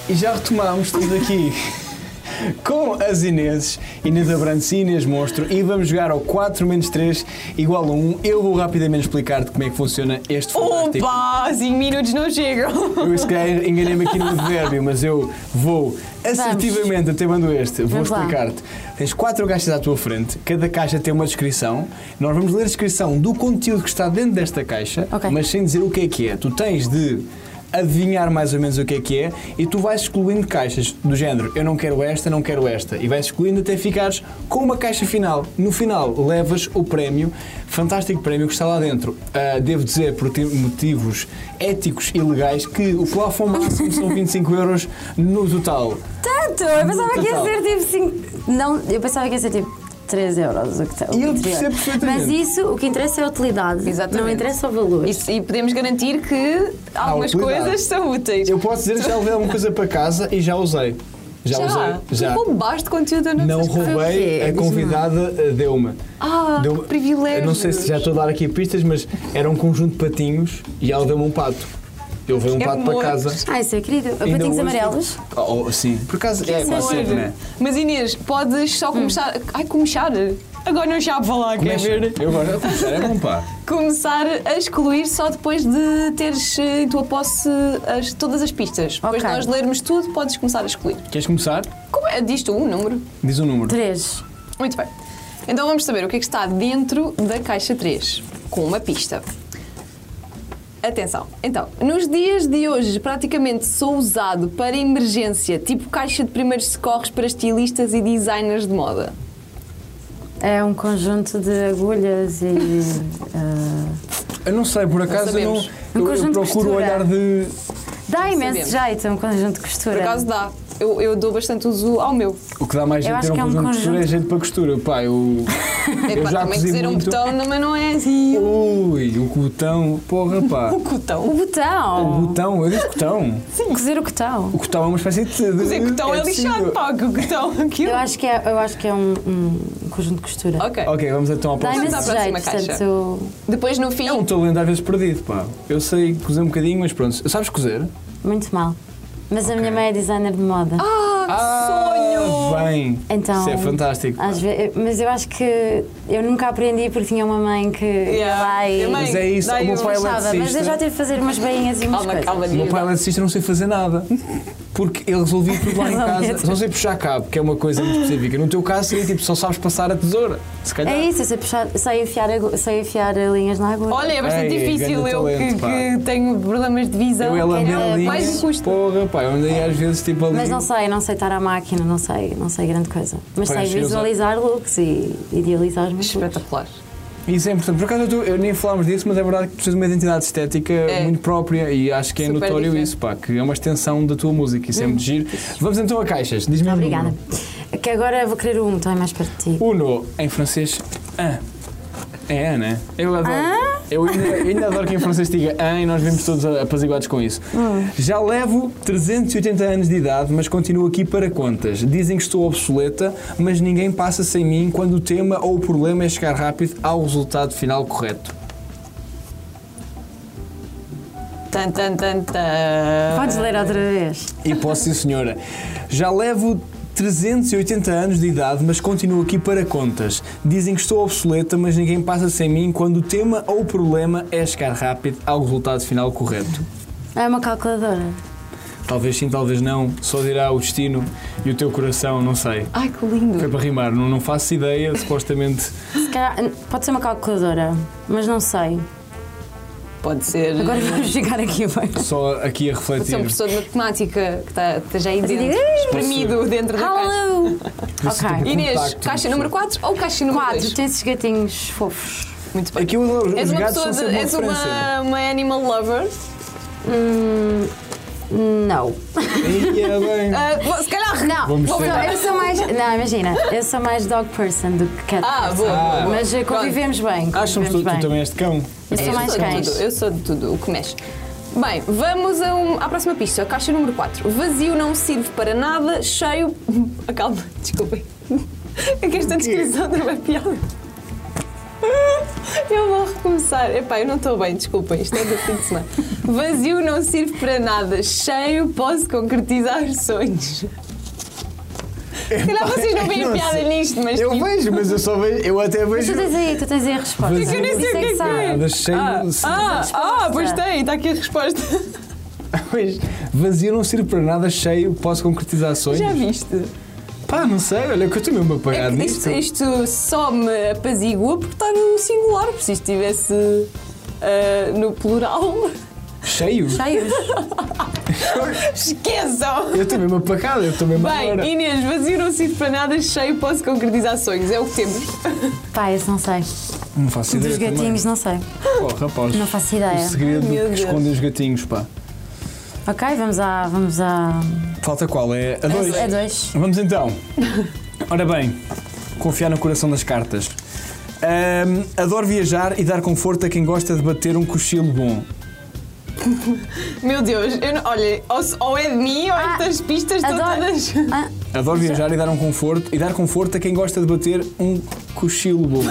[SPEAKER 2] E já retomámos tudo aqui com as Ineses, Inês Abrantes e Inês Monstro, e vamos jogar ao 4 menos 3 igual a 1. Eu vou rapidamente explicar-te como é que funciona este fantástico.
[SPEAKER 1] Opa, 5 minutos não chegam.
[SPEAKER 2] Eu se calhar enganei-me aqui no advérbio, mas eu vou assertivamente, até mando este, vou
[SPEAKER 3] Vamos lá.
[SPEAKER 2] explicar-te. Tens quatro caixas à tua frente, cada caixa tem uma descrição. Nós vamos ler a descrição do conteúdo que está dentro desta caixa,
[SPEAKER 3] Ok.
[SPEAKER 2] mas sem dizer o que é que é. Tu tens de adivinhar mais ou menos o que é que é e tu vais excluindo caixas do género eu não quero esta, não quero esta e vais excluindo até ficares com uma caixa final. No final levas o prémio, fantástico prémio que está lá dentro. Ah, devo dizer por ti- motivos éticos e legais que o plafond máximo são 25 euros no total.
[SPEAKER 3] Tanto! Eu pensava que ia
[SPEAKER 2] Total.
[SPEAKER 3] ser tipo 5. Não, eu pensava que ia ser tipo 3 euros. O que tá, o
[SPEAKER 2] E eu
[SPEAKER 3] interior.
[SPEAKER 2] percebo perfeitamente.
[SPEAKER 3] Mas isso, o que interessa é a utilidade.
[SPEAKER 1] Exatamente.
[SPEAKER 3] Não interessa o valor.
[SPEAKER 1] E, e podemos garantir que algumas
[SPEAKER 2] utilidade.
[SPEAKER 1] coisas são úteis.
[SPEAKER 2] Eu posso dizer que já levei alguma coisa para casa e já usei. Já, usei.
[SPEAKER 1] já, Então já. roubaste conteúdo a
[SPEAKER 2] Não roubei,
[SPEAKER 3] Foi
[SPEAKER 2] a
[SPEAKER 3] o quê?
[SPEAKER 2] convidada uh, deu-me.
[SPEAKER 1] É, Ah, que privilégio.
[SPEAKER 2] Eu Não sei se já estou a dar aqui pistas, mas era um conjunto de patinhos e ela deu-me um pato. Eu levei um
[SPEAKER 1] É
[SPEAKER 2] pato
[SPEAKER 1] amor.
[SPEAKER 2] para casa.
[SPEAKER 3] Ah, isso é querido.
[SPEAKER 2] Ainda
[SPEAKER 3] Patinhos
[SPEAKER 2] hoje-
[SPEAKER 3] amarelos.
[SPEAKER 2] Oh, oh, sim. Por acaso é, pá,
[SPEAKER 1] Pois.
[SPEAKER 2] sempre, né?
[SPEAKER 1] Mas Inês, podes só começar. Ai, começar? Agora não já a falar, quer
[SPEAKER 2] Começa-
[SPEAKER 1] ver?
[SPEAKER 2] Eu agora começar, é bom pá.
[SPEAKER 1] Começar a excluir só depois de teres eh, em tua posse as- todas as pistas. Depois de
[SPEAKER 3] Ok.
[SPEAKER 1] nós lermos tudo, podes começar a excluir.
[SPEAKER 2] Queres começar?
[SPEAKER 1] Como é? Diz tu um número.
[SPEAKER 2] Diz o número.
[SPEAKER 3] 3.
[SPEAKER 1] Muito bem. Então vamos saber o que é que está dentro da caixa 3, com uma pista. Atenção. Então, nos dias de hoje, praticamente sou usado para emergência, tipo caixa de primeiros socorros para estilistas e designers de moda.
[SPEAKER 3] É um conjunto de agulhas e. ah,
[SPEAKER 2] Eu não sei, por acaso eu não.
[SPEAKER 1] sabemos.
[SPEAKER 3] Um
[SPEAKER 2] eu- Eu,
[SPEAKER 3] conjunto de
[SPEAKER 2] procuro
[SPEAKER 3] costura.
[SPEAKER 2] olhar de.
[SPEAKER 3] dá
[SPEAKER 1] Sabemos.
[SPEAKER 3] imenso jeito, é um conjunto de costura.
[SPEAKER 1] Por acaso dá. Eu, eu dou bastante uso ao meu.
[SPEAKER 2] O que dá mais
[SPEAKER 3] Eu
[SPEAKER 2] jeito
[SPEAKER 3] acho
[SPEAKER 2] ter um
[SPEAKER 3] que é
[SPEAKER 2] conjunto
[SPEAKER 3] um
[SPEAKER 2] de costura é
[SPEAKER 3] conjunto.
[SPEAKER 2] jeito para costura. Pá, eu.
[SPEAKER 1] É
[SPEAKER 2] eu
[SPEAKER 1] pá,
[SPEAKER 2] já
[SPEAKER 1] também
[SPEAKER 2] cozi
[SPEAKER 1] cozer um
[SPEAKER 2] muito.
[SPEAKER 1] botão também não é assim.
[SPEAKER 2] Ui, o cotão. Porra, pá.
[SPEAKER 1] O
[SPEAKER 3] O
[SPEAKER 1] cotão.
[SPEAKER 3] botão.
[SPEAKER 2] O botão, eu disse cotão.
[SPEAKER 3] Cozer o cotão.
[SPEAKER 2] O cotão é uma espécie de.
[SPEAKER 1] Cozer cotão é,
[SPEAKER 2] tecido.
[SPEAKER 1] lixado, pá, que o cotão aquilo.
[SPEAKER 3] Eu acho que é, eu acho que é um, um conjunto de costura.
[SPEAKER 1] Ok.
[SPEAKER 2] Ok, vamos então à
[SPEAKER 3] Dá
[SPEAKER 2] próxima.
[SPEAKER 1] Vamos à
[SPEAKER 3] imenso
[SPEAKER 1] próxima
[SPEAKER 3] jeito,
[SPEAKER 1] caixa.
[SPEAKER 3] portanto.
[SPEAKER 1] Depois no fim.
[SPEAKER 2] É um talento às vezes perdido, pá. Eu sei cozer um bocadinho, mas pronto. Sabes cozer?
[SPEAKER 3] Muito mal. Mas a minha mãe é designer de moda.
[SPEAKER 1] ah, que sonho!
[SPEAKER 2] Ah, bem!
[SPEAKER 3] Então,
[SPEAKER 2] Isso é fantástico.
[SPEAKER 3] às ve- mas eu acho que eu nunca aprendi porque tinha uma mãe que
[SPEAKER 1] Yeah.
[SPEAKER 3] lá e
[SPEAKER 1] Minha mãe
[SPEAKER 2] Mas é isso,
[SPEAKER 1] Dai
[SPEAKER 2] o meu
[SPEAKER 1] um-
[SPEAKER 2] pai é
[SPEAKER 3] Sabe, mas eu já
[SPEAKER 2] eletricista.
[SPEAKER 3] tive de fazer umas bainhas e umas
[SPEAKER 1] Calma,
[SPEAKER 3] coisas.
[SPEAKER 1] calma,
[SPEAKER 2] O meu pai é eletricista, eu não sei fazer nada. Porque ele resolvia tudo lá em casa.
[SPEAKER 3] Resolvia.
[SPEAKER 2] Só sei puxar cabo, que é uma coisa muito específica. No teu caso seria tipo, só sabes passar a tesoura. Se calhar.
[SPEAKER 3] É isso, eu sei, puxar, sei, afiar, agu- sei afiar linhas na agulha.
[SPEAKER 1] Olha, é bastante
[SPEAKER 2] Ei,
[SPEAKER 1] difícil
[SPEAKER 2] grande
[SPEAKER 1] eu que,
[SPEAKER 2] talento, pá.
[SPEAKER 1] que tenho problemas de visão. É
[SPEAKER 2] Eu ela
[SPEAKER 3] Era
[SPEAKER 2] andei ali.
[SPEAKER 1] mais injusto.
[SPEAKER 2] Porra, pá, eu andei às vezes tipo ali.
[SPEAKER 3] um Mas não sei, não sei estar à máquina, não sei, não sei grande coisa. Mas
[SPEAKER 2] Pois,
[SPEAKER 3] sei
[SPEAKER 2] eu
[SPEAKER 3] visualizar looks e idealizar os meus looks.
[SPEAKER 1] Espetacular.
[SPEAKER 2] Isso é importante. Por acaso eu, tô- eu nem falámos disso, mas é verdade que tu tens uma identidade estética muito própria e acho que é
[SPEAKER 1] É. Super
[SPEAKER 2] notório
[SPEAKER 1] diferente. Hum,
[SPEAKER 2] isso, pá, que é uma extensão da tua música. Isso é muito giro. Vamos então a caixas. Diz-me um
[SPEAKER 3] Obrigada.
[SPEAKER 2] número.
[SPEAKER 3] Que agora vou querer um, também mais perto de ti.
[SPEAKER 2] Uno, em francês, an. É an, né? Eu adoro. Eu ainda, eu ainda adoro que em francês diga an e nós vivemos todos apaziguados com isso. Já levo 380 anos de idade, mas continuo aqui para contas. Dizem que estou obsoleta, mas ninguém passa sem mim quando o tema ou o problema é chegar rápido ao resultado final correto.
[SPEAKER 1] Tan, tan, tan, tan.
[SPEAKER 3] Podes ler outra vez.
[SPEAKER 2] E posso sim, senhora. Já levo 380 anos de idade, mas continuo aqui para contas. Dizem que estou obsoleta, mas ninguém passa sem mim quando o tema ou o problema é chegar rápido ao resultado final correto.
[SPEAKER 3] É uma calculadora.
[SPEAKER 2] Talvez sim, talvez não, só dirá o destino e o teu coração, não sei.
[SPEAKER 1] Ai, que
[SPEAKER 2] Foi
[SPEAKER 1] lindo.
[SPEAKER 2] para rimar, não, não faço ideia, supostamente.
[SPEAKER 3] Se calhar, pode ser uma calculadora, mas não sei.
[SPEAKER 1] Pode ser.
[SPEAKER 3] Agora
[SPEAKER 2] Hum.
[SPEAKER 3] vamos chegar aqui bem.
[SPEAKER 2] Só aqui a
[SPEAKER 1] Pode ser um
[SPEAKER 2] refletir.
[SPEAKER 1] professor de matemática que está, esteja aí
[SPEAKER 3] digo,
[SPEAKER 1] dentro,
[SPEAKER 3] "Ei,
[SPEAKER 1] espremido dentro da caixa.
[SPEAKER 3] Hello! Ok.
[SPEAKER 1] Inês,
[SPEAKER 2] tipo Contacto,
[SPEAKER 1] caixa número 4 ou caixa número 2?
[SPEAKER 3] Quatro, tem esses gatinhos fofos.
[SPEAKER 1] Muito bem.
[SPEAKER 2] Aqui É eu adoro,
[SPEAKER 1] És
[SPEAKER 2] os
[SPEAKER 1] uma
[SPEAKER 2] gatos
[SPEAKER 1] pessoa
[SPEAKER 2] são
[SPEAKER 1] de,
[SPEAKER 2] sempre uma
[SPEAKER 1] és
[SPEAKER 2] referência.
[SPEAKER 1] uma, uma animal lover.
[SPEAKER 3] Hum, não.
[SPEAKER 2] Ei, é bem.
[SPEAKER 1] Ah, bom, se calhar.
[SPEAKER 3] Não,
[SPEAKER 2] Vamos
[SPEAKER 3] sou-
[SPEAKER 2] ter.
[SPEAKER 3] eu sou mais. Não, imagina, eu sou mais dog person do que cat
[SPEAKER 1] Ah,
[SPEAKER 3] person.
[SPEAKER 1] boa, boa, boa.
[SPEAKER 3] Mas eh,
[SPEAKER 1] Pronto.
[SPEAKER 3] convivemos bem.
[SPEAKER 2] Acham que
[SPEAKER 3] Convivemos
[SPEAKER 2] tu, tu
[SPEAKER 3] bem.
[SPEAKER 2] também és de cão?
[SPEAKER 3] Eu
[SPEAKER 1] Eu
[SPEAKER 3] sou mais
[SPEAKER 1] de
[SPEAKER 3] cães.
[SPEAKER 1] tudo, eu sou de tudo, o que mexe. Bem, vamos a um- à próxima pista, caixa número 4. Vazio não serve para nada, cheio. Ah, calma, desculpem. É que esta descrição deu uma piada. Eu vou recomeçar. Epá, eu não estou bem, desculpem, isto é do fim de semana. Vazio não serve para nada, cheio posso concretizar sonhos. Se calhar vocês não veem
[SPEAKER 2] não
[SPEAKER 1] piada
[SPEAKER 2] sei.
[SPEAKER 1] nisto, mas.
[SPEAKER 2] Eu
[SPEAKER 1] tipo,
[SPEAKER 2] vejo, mas eu só vejo, eu até
[SPEAKER 3] Mas
[SPEAKER 2] vejo.
[SPEAKER 3] tu tens aí, tu tens aí a resposta.
[SPEAKER 2] Mas eu nem sei o
[SPEAKER 3] Isso
[SPEAKER 1] que é que
[SPEAKER 3] sabe.
[SPEAKER 1] é.
[SPEAKER 2] Nada cheio.
[SPEAKER 1] Ah,
[SPEAKER 2] de-
[SPEAKER 1] ah, ah, pois
[SPEAKER 3] resposta.
[SPEAKER 1] tem, está aqui a resposta.
[SPEAKER 2] Pois, vazio não sirve para nada, cheio, posso concretizar sonhos.
[SPEAKER 1] Já viste?
[SPEAKER 2] Pá, não sei, olha que eu estou mesmo
[SPEAKER 1] É
[SPEAKER 2] apagado
[SPEAKER 1] que
[SPEAKER 2] nisto.
[SPEAKER 1] isto, isto só me apazigua porque está no singular, porque se isto estivesse ah, no plural,
[SPEAKER 2] Cheio?
[SPEAKER 3] Cheios.
[SPEAKER 1] esqueçam!
[SPEAKER 2] Eu estou mesmo apagado, eu estou mesmo agora.
[SPEAKER 1] Bem, Inês, vazio não sirve para nada, cheio, posso concretizar sonhos, é o que temos.
[SPEAKER 3] Pá, esse não sei.
[SPEAKER 2] Não faço ideia
[SPEAKER 3] um
[SPEAKER 2] é
[SPEAKER 3] Dos gatinhos, não sei.
[SPEAKER 2] também. Oh, rapaz.
[SPEAKER 3] Não faço ideia.
[SPEAKER 2] O segredo
[SPEAKER 1] Ai, meu
[SPEAKER 2] que
[SPEAKER 1] Deus.
[SPEAKER 2] esconde os gatinhos, pá.
[SPEAKER 3] Ok, vamos à. Vamos à.
[SPEAKER 2] Falta qual? É a dois?
[SPEAKER 3] É dois.
[SPEAKER 2] Vamos então. Ora bem, confiar no coração das cartas. Ahm, adoro viajar e dar conforto a quem gosta de bater um cochilo bom.
[SPEAKER 1] Meu Deus, eu não- olha, ou, se- ou é de mim ou
[SPEAKER 3] Ah,
[SPEAKER 1] estas pistas estão
[SPEAKER 3] Adoro.
[SPEAKER 1] todas.
[SPEAKER 3] Ah,
[SPEAKER 2] Adoro viajar e dar um conforto e dar conforto a quem gosta de bater um cochilo bom.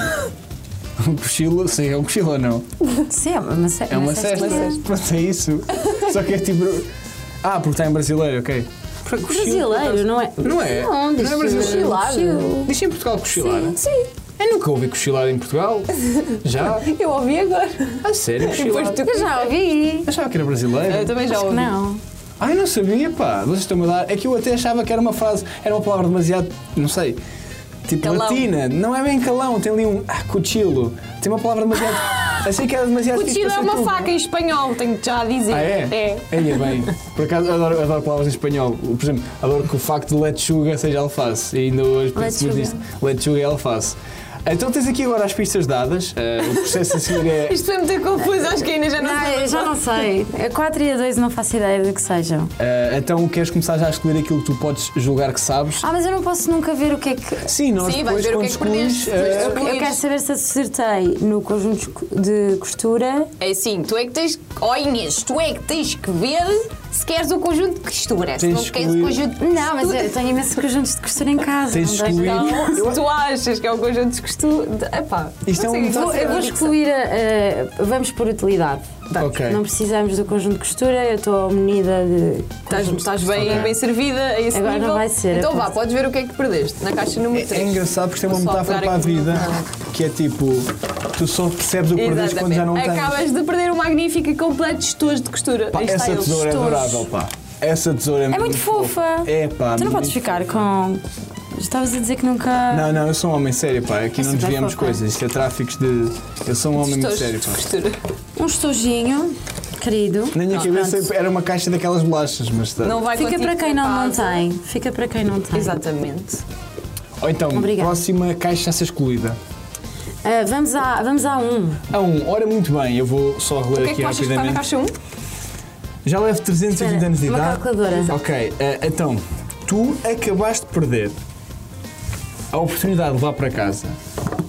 [SPEAKER 2] Um cochilo, sei, é um cochilo ou não?
[SPEAKER 3] sim, é uma se-
[SPEAKER 2] É uma
[SPEAKER 3] cesta.
[SPEAKER 2] cesta. Pronto, é isso. Só que é tipo. Ah, porque está em brasileiro, ok.
[SPEAKER 3] Brasileiro, não é?
[SPEAKER 2] Não é?
[SPEAKER 3] Não, diz
[SPEAKER 2] Não é brasileiro.
[SPEAKER 3] Cochilado.
[SPEAKER 2] Diz em Portugal cochilar.
[SPEAKER 1] Sim,
[SPEAKER 2] Eu nunca ouvi cochilar em Portugal. Já?
[SPEAKER 1] eu ouvi agora.
[SPEAKER 2] A sério,
[SPEAKER 1] Depois
[SPEAKER 2] cochilar?
[SPEAKER 1] tu.
[SPEAKER 3] Eu já ouvi.
[SPEAKER 2] Achava que era
[SPEAKER 1] Eu
[SPEAKER 2] brasileiro.
[SPEAKER 1] também já
[SPEAKER 3] Acho que
[SPEAKER 1] ouvi.
[SPEAKER 3] não.
[SPEAKER 2] Ai, não sabia, pá. Vocês estão a dar. É que eu até achava que era uma frase, era uma palavra demasiado. não sei. Tipo
[SPEAKER 1] Calão.
[SPEAKER 2] latina. Não é bem calão, tem ali um. Ah, cochilo. Tem uma palavra demasiado. Achei que era demasiado.
[SPEAKER 1] Cuchillo é
[SPEAKER 2] difícil
[SPEAKER 1] uma
[SPEAKER 2] para ser tu.
[SPEAKER 1] faca em espanhol, tenho de já a dizer.
[SPEAKER 2] Ah, é?
[SPEAKER 1] É.
[SPEAKER 2] Aí é bem. Por acaso, eu adoro, eu adoro palavras em espanhol. Por exemplo, adoro que o facto de lechuga seja alface. E ainda hoje penso muito nisto.
[SPEAKER 3] Lechuga.
[SPEAKER 2] Lechuga é alface. Então tens aqui agora as pistas dadas. Eh, o processo a seguir é.
[SPEAKER 1] Isto foi muito confuso, acho que ainda já não
[SPEAKER 3] Não,
[SPEAKER 1] sei.
[SPEAKER 3] eu Ah, já não sei. A 4 e a 2 não faço ideia do que sejam.
[SPEAKER 2] eh, então queres começar já a escolher aquilo que tu podes julgar que sabes?
[SPEAKER 3] Ah, mas eu não posso nunca ver o que é que.
[SPEAKER 2] Sim, nós
[SPEAKER 1] Sim, vais
[SPEAKER 2] depois
[SPEAKER 1] ver o
[SPEAKER 2] quando
[SPEAKER 1] que é que perdeste.
[SPEAKER 2] escolhes. eh,
[SPEAKER 1] Mas tu-
[SPEAKER 3] Eu quero saber se acertei no conjunto de costura.
[SPEAKER 1] É assim, tu é que tens. Oh Inês, tu é que tens que ver se queres o conjunto de costura. Se
[SPEAKER 2] Tens
[SPEAKER 1] não
[SPEAKER 2] que
[SPEAKER 1] queres o
[SPEAKER 2] escolher.
[SPEAKER 1] conjunto de
[SPEAKER 3] Não, mas
[SPEAKER 1] costura.
[SPEAKER 3] eu tenho imensos conjuntos de costura em casa.
[SPEAKER 2] Tens
[SPEAKER 3] não deixo-
[SPEAKER 2] excluído.
[SPEAKER 1] Então, se tu achas que é o conjunto de costura. de- Epá,
[SPEAKER 2] Isto
[SPEAKER 1] não
[SPEAKER 2] é
[SPEAKER 1] sei
[SPEAKER 2] um
[SPEAKER 1] o que
[SPEAKER 2] bocado-
[SPEAKER 3] Vou-
[SPEAKER 1] fazer.
[SPEAKER 3] Eu vou excluir a, a- Vamos por utilidade.
[SPEAKER 1] Dá.
[SPEAKER 2] Ok.
[SPEAKER 3] Não precisamos do conjunto de costura, eu estou munida de.
[SPEAKER 1] Estás,
[SPEAKER 3] conjunto de
[SPEAKER 1] estás bem,
[SPEAKER 2] Ok.
[SPEAKER 1] bem servida a esse
[SPEAKER 3] Agora não
[SPEAKER 1] nível.
[SPEAKER 3] vai ser,
[SPEAKER 1] Então
[SPEAKER 3] aposto.
[SPEAKER 1] vá, podes ver o que é que perdeste na caixa número
[SPEAKER 2] É,
[SPEAKER 1] 3.
[SPEAKER 2] é engraçado porque isto é uma metáfora para a vida que é tipo, tu só percebes o que perdes quando
[SPEAKER 1] Exatamente.
[SPEAKER 2] já não tens.
[SPEAKER 1] Acabas de perder o magnífico e completo estojo de costura.
[SPEAKER 2] Pá,
[SPEAKER 1] Aí está
[SPEAKER 2] essa
[SPEAKER 1] ele,
[SPEAKER 2] tesoura é
[SPEAKER 1] estojo.
[SPEAKER 2] adorável, pá. Essa tesoura é,
[SPEAKER 3] É muito fofa.
[SPEAKER 2] É pá.
[SPEAKER 3] Tu não
[SPEAKER 2] muito-
[SPEAKER 3] podes ficar com. Estavas a dizer que nunca.
[SPEAKER 2] Não, não, eu sou um homem sério, pá. Aqui não
[SPEAKER 3] super
[SPEAKER 2] desviamos
[SPEAKER 3] fofa.
[SPEAKER 2] coisas. Isto é tráficos de. Eu sou um homem muito
[SPEAKER 1] Estojos
[SPEAKER 2] sério,
[SPEAKER 1] de
[SPEAKER 2] pá.
[SPEAKER 1] costura.
[SPEAKER 3] Um estojinho, querido.
[SPEAKER 2] Na minha
[SPEAKER 3] Ah,
[SPEAKER 2] cabeça
[SPEAKER 3] pronto.
[SPEAKER 2] era uma caixa daquelas bolachas, mas tá.
[SPEAKER 1] Não vai
[SPEAKER 3] Fica
[SPEAKER 1] contigo
[SPEAKER 3] para quem
[SPEAKER 1] em
[SPEAKER 3] não, não
[SPEAKER 1] casa.
[SPEAKER 3] tem. Fica para quem não tem.
[SPEAKER 1] Exatamente.
[SPEAKER 2] Ou então,
[SPEAKER 3] Obrigada.
[SPEAKER 2] próxima caixa a ser escolhida.
[SPEAKER 3] Ah, vamos, à, vamos à um.
[SPEAKER 2] A um, ora muito bem, eu vou só
[SPEAKER 1] O
[SPEAKER 2] reler
[SPEAKER 1] que é que
[SPEAKER 2] aqui
[SPEAKER 1] tu achas que está na
[SPEAKER 2] rapidamente.
[SPEAKER 1] caixa 1?
[SPEAKER 2] Já levo 380
[SPEAKER 3] Espera,
[SPEAKER 2] anos de
[SPEAKER 3] uma
[SPEAKER 2] idade.
[SPEAKER 3] calculadora.
[SPEAKER 2] Ok, eh, então, tu acabaste de perder a oportunidade de levar para casa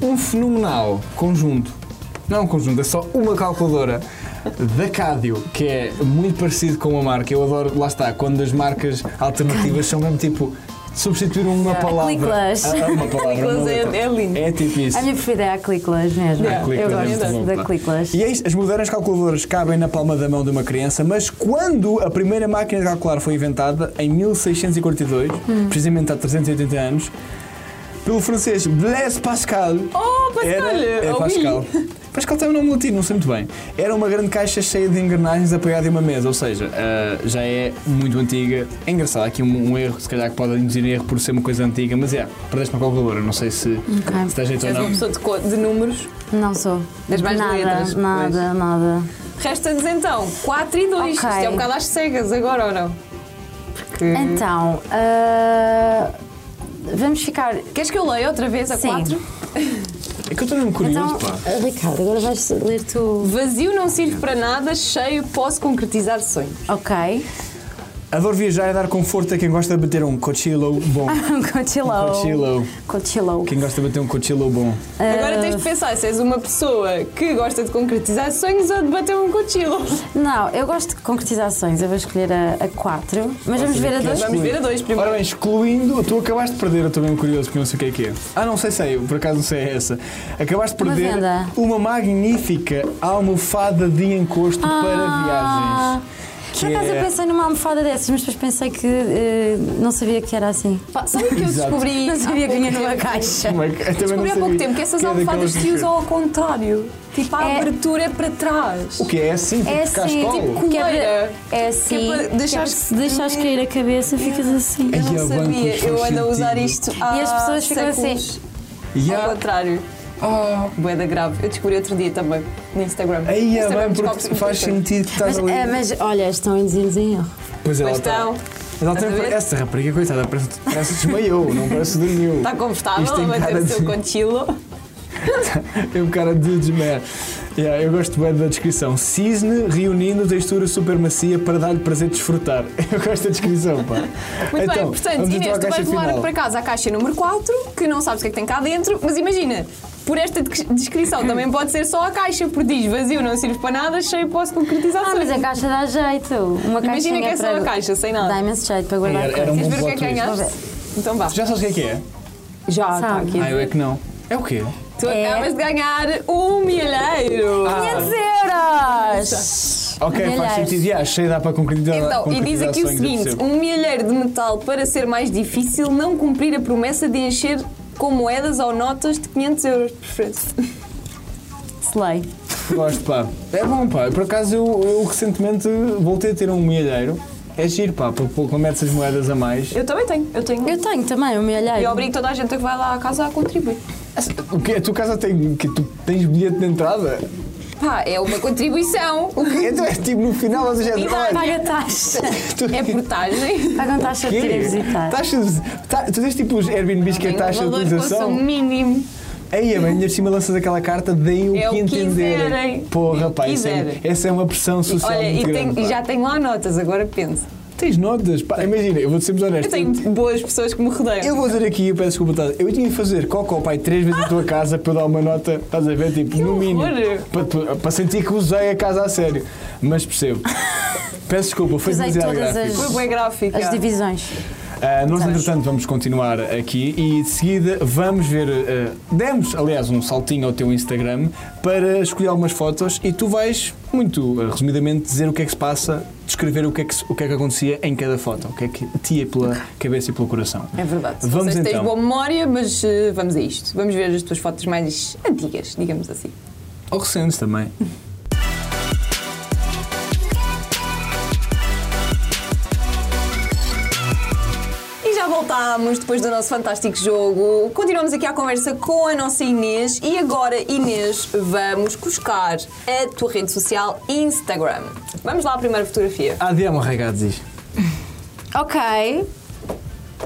[SPEAKER 2] um fenomenal conjunto. Não um conjunto, é só uma calculadora da Cádio, que é muito parecido com uma marca. Eu adoro, lá está, quando as marcas alternativas são mesmo tipo substituir
[SPEAKER 3] É
[SPEAKER 2] uma palavra.
[SPEAKER 3] Clicklas.
[SPEAKER 2] a- a uma palavra. uma
[SPEAKER 1] Clicklas é-
[SPEAKER 2] letra.
[SPEAKER 1] é lindo.
[SPEAKER 2] É tipo isso.
[SPEAKER 3] A minha preferida é a Cliclas mesmo.
[SPEAKER 2] Ah,
[SPEAKER 3] eu
[SPEAKER 2] Clicklas é
[SPEAKER 3] gosto
[SPEAKER 2] muito bom,
[SPEAKER 3] da
[SPEAKER 2] pá.
[SPEAKER 3] Cliclas.
[SPEAKER 2] E eis, as modernas calculadoras cabem na palma da mão de uma criança, mas quando a primeira máquina de calcular foi inventada, em 1642,
[SPEAKER 3] Hum.
[SPEAKER 2] precisamente há 380 anos, pelo francês Blaise Pascal.
[SPEAKER 1] Oh, Pascal!
[SPEAKER 2] Era, é
[SPEAKER 1] oh,
[SPEAKER 2] Pascal.
[SPEAKER 1] oui.
[SPEAKER 2] Pascal tem um nome latino, não sei muito bem. Era uma grande caixa cheia de engrenagens apoiada em uma mesa, ou seja, ah, já é muito antiga. É engraçado, há aqui um, um erro, se calhar que pode induzir erro por ser uma coisa antiga, mas é, perdeste uma calculadora, não sei se,
[SPEAKER 3] Ok.
[SPEAKER 2] se dá jeito ou
[SPEAKER 1] És uma
[SPEAKER 2] não.
[SPEAKER 1] pessoa de, co- de números.
[SPEAKER 3] Não sou.
[SPEAKER 1] Das mais
[SPEAKER 3] nada,
[SPEAKER 1] letras,
[SPEAKER 3] nada,
[SPEAKER 1] pois.
[SPEAKER 3] nada.
[SPEAKER 1] Resta-nos então 4 e 2. Isto
[SPEAKER 3] Ok.
[SPEAKER 1] é um bocado às cegas agora, ou não? Porque...
[SPEAKER 3] Então, ah, vamos ficar.
[SPEAKER 1] Queres que eu leia outra vez a
[SPEAKER 3] Sim.
[SPEAKER 1] 4?
[SPEAKER 2] É que eu estou mesmo curioso,
[SPEAKER 3] Então,
[SPEAKER 2] pá.
[SPEAKER 3] Ricardo, agora vais ler tu.
[SPEAKER 1] Vazio não sirve para nada, cheio posso concretizar sonhos.
[SPEAKER 3] Ok.
[SPEAKER 2] Adoro viajar e dar conforto a quem gosta de bater um cochilo bom.
[SPEAKER 1] Ah,
[SPEAKER 3] Cochilo.
[SPEAKER 2] Cochilo.
[SPEAKER 3] Cochilo.
[SPEAKER 2] Quem gosta de bater um cochilo bom.
[SPEAKER 1] Agora tens de pensar se és uma pessoa que gosta de concretizar sonhos ou de bater um cochilo.
[SPEAKER 3] Não, eu gosto de concretizações. Eu vou escolher a 4. Mas vamos ver a
[SPEAKER 2] Queres
[SPEAKER 3] 2.
[SPEAKER 1] Vamos
[SPEAKER 2] excluir?
[SPEAKER 1] ver a dois primeiro.
[SPEAKER 2] Ora bem, excluindo, tu acabaste de perder, eu estou bem curioso porque não sei o que é que é. Ah, não sei, sei, eu por acaso não sei é essa. Acabaste de
[SPEAKER 3] Uma
[SPEAKER 2] perder
[SPEAKER 3] venda.
[SPEAKER 2] uma magnífica almofada de encosto
[SPEAKER 1] Ah.
[SPEAKER 2] para viagens.
[SPEAKER 3] Por acaso eu pensei numa almofada dessas, mas depois pensei que eh, não sabia que era assim.
[SPEAKER 1] Pá, sabe o que eu
[SPEAKER 2] Exato.
[SPEAKER 1] descobri?
[SPEAKER 3] Não
[SPEAKER 1] há
[SPEAKER 3] sabia que
[SPEAKER 1] pouco
[SPEAKER 3] vinha numa
[SPEAKER 1] tempo?
[SPEAKER 3] caixa.
[SPEAKER 2] Como é que- eu também
[SPEAKER 1] Descobri
[SPEAKER 2] não
[SPEAKER 1] há pouco
[SPEAKER 2] sabia
[SPEAKER 1] tempo que essas
[SPEAKER 2] é
[SPEAKER 1] almofadas
[SPEAKER 2] daquelas
[SPEAKER 1] se
[SPEAKER 2] que-
[SPEAKER 1] usam ao contrário. Tipo, a
[SPEAKER 3] É-
[SPEAKER 1] abertura é para trás.
[SPEAKER 2] O que é assim? Tipo
[SPEAKER 3] É assim,
[SPEAKER 2] cascola?
[SPEAKER 3] tipo, que é,
[SPEAKER 1] Coleira.
[SPEAKER 3] pra- é assim.
[SPEAKER 1] Que é pra
[SPEAKER 3] que é pra
[SPEAKER 1] deixares-
[SPEAKER 3] se deixares cair a cabeça, ficas assim.
[SPEAKER 1] Eu
[SPEAKER 2] Ai,
[SPEAKER 1] não
[SPEAKER 2] é bem
[SPEAKER 1] sabia,
[SPEAKER 2] que
[SPEAKER 1] eu
[SPEAKER 2] faz
[SPEAKER 1] ando a usar
[SPEAKER 2] sentido.
[SPEAKER 1] isto
[SPEAKER 3] E as
[SPEAKER 1] há
[SPEAKER 3] pessoas ficam
[SPEAKER 1] séculos.
[SPEAKER 2] E há-
[SPEAKER 1] Ao contrário. Oh. Boeda grave. Eu descobri outro dia também no Instagram.
[SPEAKER 2] Ah, Aí é
[SPEAKER 1] Instagram
[SPEAKER 2] bem, porque
[SPEAKER 1] descobre-se
[SPEAKER 2] faz
[SPEAKER 1] muita coisa.
[SPEAKER 2] sentido que estás
[SPEAKER 3] Mas,
[SPEAKER 2] ali.
[SPEAKER 3] eh, mas olha, estão induzindo em erro.
[SPEAKER 2] Pois é,
[SPEAKER 1] Mas
[SPEAKER 2] ela está.
[SPEAKER 1] estão.
[SPEAKER 2] Mas ela
[SPEAKER 1] Estás
[SPEAKER 2] tem-
[SPEAKER 1] a ver?
[SPEAKER 2] essa rapariga, coitada, parece parece que desmaiou, não parece que dormiu.
[SPEAKER 1] Está
[SPEAKER 2] Isto
[SPEAKER 1] tá confortável
[SPEAKER 2] tem
[SPEAKER 1] a bater
[SPEAKER 2] cara
[SPEAKER 1] o seu
[SPEAKER 2] de-
[SPEAKER 1] conchilo.
[SPEAKER 2] Tem um cara de desmaia. Yeah, eu gosto bem da descrição. Cisne reunindo textura super macia para dar-lhe prazer de desfrutar. Eu gosto da descrição, pá.
[SPEAKER 1] Muito
[SPEAKER 2] então,
[SPEAKER 1] bem, portanto,
[SPEAKER 2] vamos então
[SPEAKER 1] Inês,
[SPEAKER 2] à
[SPEAKER 1] tu vais
[SPEAKER 2] caixa
[SPEAKER 1] levar
[SPEAKER 2] final.
[SPEAKER 1] para casa a caixa número 4, que não sabes o que é que tem cá dentro, mas imagina, por esta de- descrição também pode ser só a caixa, porque diz vazio, não sirve para nada, cheio, posso concretizar
[SPEAKER 3] Ah,
[SPEAKER 1] sonhos.
[SPEAKER 3] mas a caixa dá jeito. Uma caixa
[SPEAKER 1] Imagina que é só
[SPEAKER 3] para...
[SPEAKER 1] a caixa, sem nada.
[SPEAKER 3] Dá imenso jeito para guardar
[SPEAKER 2] Era- era
[SPEAKER 3] coisas.
[SPEAKER 2] um
[SPEAKER 1] Queres ver o
[SPEAKER 2] bom
[SPEAKER 1] que é que
[SPEAKER 2] plot twist.
[SPEAKER 1] ganhaste? Então vá.
[SPEAKER 2] Já sabes o que é que é?
[SPEAKER 1] Já, está
[SPEAKER 3] Sabe.
[SPEAKER 1] aqui.
[SPEAKER 2] Ah, eu é que não. É o quê?
[SPEAKER 1] Tu
[SPEAKER 3] É.
[SPEAKER 1] acabas de ganhar um milheiro. Ah.
[SPEAKER 3] 500 euros!
[SPEAKER 2] Ok, faz
[SPEAKER 3] Milhares.
[SPEAKER 2] sentido. Yeah, cheio dá para concretizar.
[SPEAKER 1] Então, e diz
[SPEAKER 2] concretizar
[SPEAKER 1] aqui o
[SPEAKER 2] sonhos, eu
[SPEAKER 1] seguinte:
[SPEAKER 2] percebo.
[SPEAKER 1] um milheiro de metal para ser mais difícil não cumprir a promessa de encher com moedas ou notas de 500 euros, de preferência.
[SPEAKER 2] um
[SPEAKER 3] Slay.
[SPEAKER 2] Gosto, pá. É bom, pá. Por acaso, eu, eu recentemente voltei a ter um milheiro. É giro, pá, porque pô, como metes as moedas a mais.
[SPEAKER 1] Eu também tenho, eu tenho.
[SPEAKER 3] Eu tenho também um milheiro.
[SPEAKER 1] E obrigo toda a gente a que vai lá à casa a contribuir.
[SPEAKER 2] O quê? A tua casa tem. Que tu tens bilhete de entrada?
[SPEAKER 1] Pá, é uma contribuição.
[SPEAKER 2] Então é tipo no final, ou seja,
[SPEAKER 1] E dá-
[SPEAKER 2] olha,
[SPEAKER 3] Paga taxa.
[SPEAKER 2] tu-
[SPEAKER 1] É portagem.
[SPEAKER 3] Pagam taxa de ir visitar.
[SPEAKER 1] Tá
[SPEAKER 2] Taxa de, ta, tu tens tipo os Airbnbs que é
[SPEAKER 1] Tem um
[SPEAKER 2] taxa de
[SPEAKER 1] valor consumo
[SPEAKER 2] utilização.
[SPEAKER 1] mínimo.
[SPEAKER 2] Aí, a bem, ainda por cima lanças aquela carta, deem o
[SPEAKER 1] É
[SPEAKER 2] que
[SPEAKER 1] o que
[SPEAKER 2] entenderem.
[SPEAKER 1] quiserem.
[SPEAKER 2] Porra, pá, isso é,
[SPEAKER 1] Quiserem.
[SPEAKER 2] essa é uma pressão social
[SPEAKER 1] Olha,
[SPEAKER 2] muito
[SPEAKER 1] e,
[SPEAKER 2] grande.
[SPEAKER 1] tenho-
[SPEAKER 2] pá.
[SPEAKER 1] e já tenho lá notas, agora penso.
[SPEAKER 2] Tens notas? Pá, imagina, eu vou-te ser muito honesto.
[SPEAKER 1] Eu tenho boas pessoas que me rodeiam.
[SPEAKER 2] Eu vou dizer aqui, eu peço desculpa, tá? eu tinha de fazer cocó pai três vezes na tua casa para eu dar uma nota, estás a ver? Tipo, no mínimo.
[SPEAKER 1] horror!
[SPEAKER 2] Para, tu- para sentir que usei a casa a sério. Mas percebo. peço desculpa, foi
[SPEAKER 3] Usei
[SPEAKER 2] demasiado
[SPEAKER 3] todas
[SPEAKER 2] gráfico.
[SPEAKER 3] as-
[SPEAKER 1] Foi bem gráfica.
[SPEAKER 3] As divisões.
[SPEAKER 2] Ah, nós, entretanto, vamos continuar aqui e de seguida vamos ver. ah, demos, aliás, um saltinho ao teu Instagram para escolher algumas fotos e tu vais, muito ah, resumidamente, dizer o que é que se passa, descrever o que é que, se- o que, é que acontecia em cada foto, o que é que te ia pela cabeça e pelo coração.
[SPEAKER 1] É verdade.
[SPEAKER 2] Vamos
[SPEAKER 1] Vocês têm
[SPEAKER 2] então.
[SPEAKER 1] boa memória, mas eh, vamos a isto. Vamos ver as tuas fotos mais antigas, digamos assim.
[SPEAKER 2] Ou recentes também.
[SPEAKER 1] E já voltámos depois do nosso fantástico jogo. Continuamos aqui à conversa com a nossa Inês. E agora, Inês, vamos buscar a tua rede social Instagram. Vamos lá à primeira fotografia.
[SPEAKER 2] Adiamo regazzi.
[SPEAKER 3] Ok,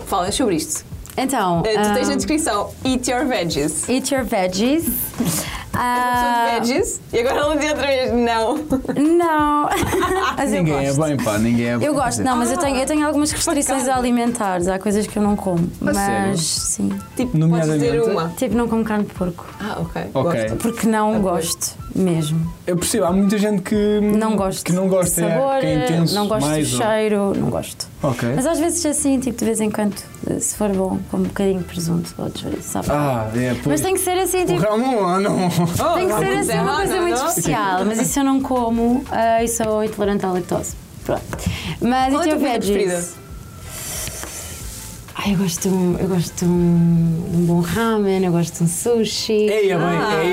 [SPEAKER 1] Falas sobre isto.
[SPEAKER 3] então.
[SPEAKER 1] Eh, tu tens
[SPEAKER 3] ah,
[SPEAKER 1] na descrição Eat Your Veggies.
[SPEAKER 3] Eat your veggies. Ah,
[SPEAKER 1] São veggies. E agora ela diz outra vez não. Tipo,
[SPEAKER 3] não. Mas eu
[SPEAKER 2] Ninguém é
[SPEAKER 3] gosto.
[SPEAKER 2] bem, pá, ninguém é bem.
[SPEAKER 3] Eu gosto, não, mas eu tenho, eu tenho algumas restrições
[SPEAKER 1] facada.
[SPEAKER 3] alimentares. Há coisas que eu não como. Mas
[SPEAKER 2] sério?
[SPEAKER 3] sim.
[SPEAKER 1] Tipo, podes
[SPEAKER 2] Nomeadamente?
[SPEAKER 1] dizer uma.
[SPEAKER 3] Tipo, não como carne de porco.
[SPEAKER 1] Ah, ok.
[SPEAKER 2] Ok.
[SPEAKER 1] Gosto.
[SPEAKER 3] Porque não
[SPEAKER 1] Ok.
[SPEAKER 3] gosto mesmo.
[SPEAKER 2] Eu percebo, há muita gente que
[SPEAKER 3] Não gosto.
[SPEAKER 2] Hum, que não gosta,
[SPEAKER 3] de
[SPEAKER 2] é,
[SPEAKER 3] sabor, eh,
[SPEAKER 2] que é intenso,
[SPEAKER 3] não gosto
[SPEAKER 2] mais
[SPEAKER 3] do
[SPEAKER 2] ou-
[SPEAKER 3] cheiro, não gosto.
[SPEAKER 2] Ok.
[SPEAKER 3] Mas às vezes assim, tipo, de vez em quando, se for bom, como um bocadinho de presunto ou de chouriço, sabe?
[SPEAKER 2] Ah, é,
[SPEAKER 3] mas
[SPEAKER 2] pois.
[SPEAKER 3] tem que ser assim, tipo,
[SPEAKER 2] Porra, é um não, não.
[SPEAKER 1] Oh,
[SPEAKER 3] Tem que
[SPEAKER 1] não,
[SPEAKER 3] ser
[SPEAKER 1] não,
[SPEAKER 3] assim uma
[SPEAKER 1] não,
[SPEAKER 3] coisa
[SPEAKER 1] não,
[SPEAKER 3] muito
[SPEAKER 1] não. é?
[SPEAKER 3] especial, mas isso eu não como ah, e sou intolerante à lactose. Pronto. Mas
[SPEAKER 1] Qual é a
[SPEAKER 3] e teu
[SPEAKER 1] tua comida preferida?
[SPEAKER 3] veggies? Ai, eu gosto de um, eu gosto de um, um bom ramen, eu gosto de um sushi.
[SPEAKER 2] Ei, é bem,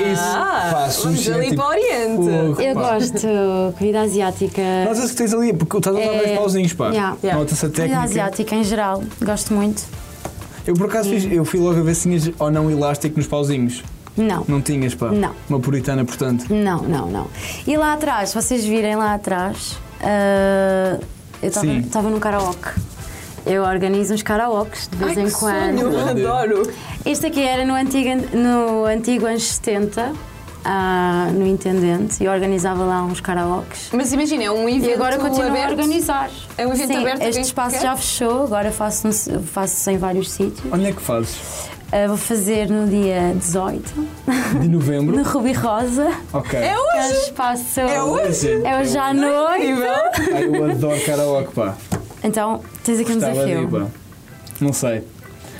[SPEAKER 2] é isso.
[SPEAKER 1] Ah,
[SPEAKER 2] Pá,
[SPEAKER 1] vamos
[SPEAKER 2] sushi é
[SPEAKER 1] ali
[SPEAKER 2] tipo-
[SPEAKER 1] para o Oriente.
[SPEAKER 2] Fogo,
[SPEAKER 3] Eu
[SPEAKER 2] pá.
[SPEAKER 3] gosto de comida asiática.
[SPEAKER 2] Nós as que tens ali, porque estás a dar dois
[SPEAKER 3] É,
[SPEAKER 2] pauzinhos, pá.
[SPEAKER 3] yeah. é
[SPEAKER 1] Yeah.
[SPEAKER 2] Nota-se a
[SPEAKER 3] Comida
[SPEAKER 2] técnica.
[SPEAKER 3] asiática em geral, gosto muito.
[SPEAKER 2] Eu por acaso
[SPEAKER 3] Hum.
[SPEAKER 2] fiz, eu fui logo a ver se tinhas ou não elástico nos pauzinhos.
[SPEAKER 3] Não.
[SPEAKER 2] Não tinhas, pá.
[SPEAKER 3] Não.
[SPEAKER 2] Uma puritana, portanto.
[SPEAKER 3] Não, não, não. E lá atrás, se vocês virem lá atrás, ah, eu
[SPEAKER 2] Sim.
[SPEAKER 3] estava num karaoke. Eu organizo uns karaokes de
[SPEAKER 1] Ai,
[SPEAKER 3] vez
[SPEAKER 1] que
[SPEAKER 3] em quando.
[SPEAKER 1] sonho, adoro.
[SPEAKER 3] Este aqui era no antigo, no antigo anos 70, ah, no Intendente, e eu organizava lá uns karaokes.
[SPEAKER 1] Mas imagina, é um evento
[SPEAKER 3] E agora continuo
[SPEAKER 1] aberto.
[SPEAKER 3] a organizar.
[SPEAKER 1] É um evento
[SPEAKER 3] Sim,
[SPEAKER 1] aberto,
[SPEAKER 3] Este
[SPEAKER 1] quem
[SPEAKER 3] espaço
[SPEAKER 1] quer?
[SPEAKER 3] já fechou, agora faço, no- faço em vários sítios.
[SPEAKER 2] Onde é que fazes?
[SPEAKER 3] Ah, vou fazer no dia 18,
[SPEAKER 2] De novembro?
[SPEAKER 3] no Rubi Rosa.
[SPEAKER 2] Ok.
[SPEAKER 1] É
[SPEAKER 3] que É o
[SPEAKER 1] hoje!
[SPEAKER 3] espaço.
[SPEAKER 1] É hoje!
[SPEAKER 3] É hoje à noite.
[SPEAKER 1] Incrível!
[SPEAKER 2] Ai, eu adoro karaoke, pá.
[SPEAKER 3] Então, tens aqui um
[SPEAKER 2] Estava
[SPEAKER 3] desafio.
[SPEAKER 2] ali, pá. Não sei.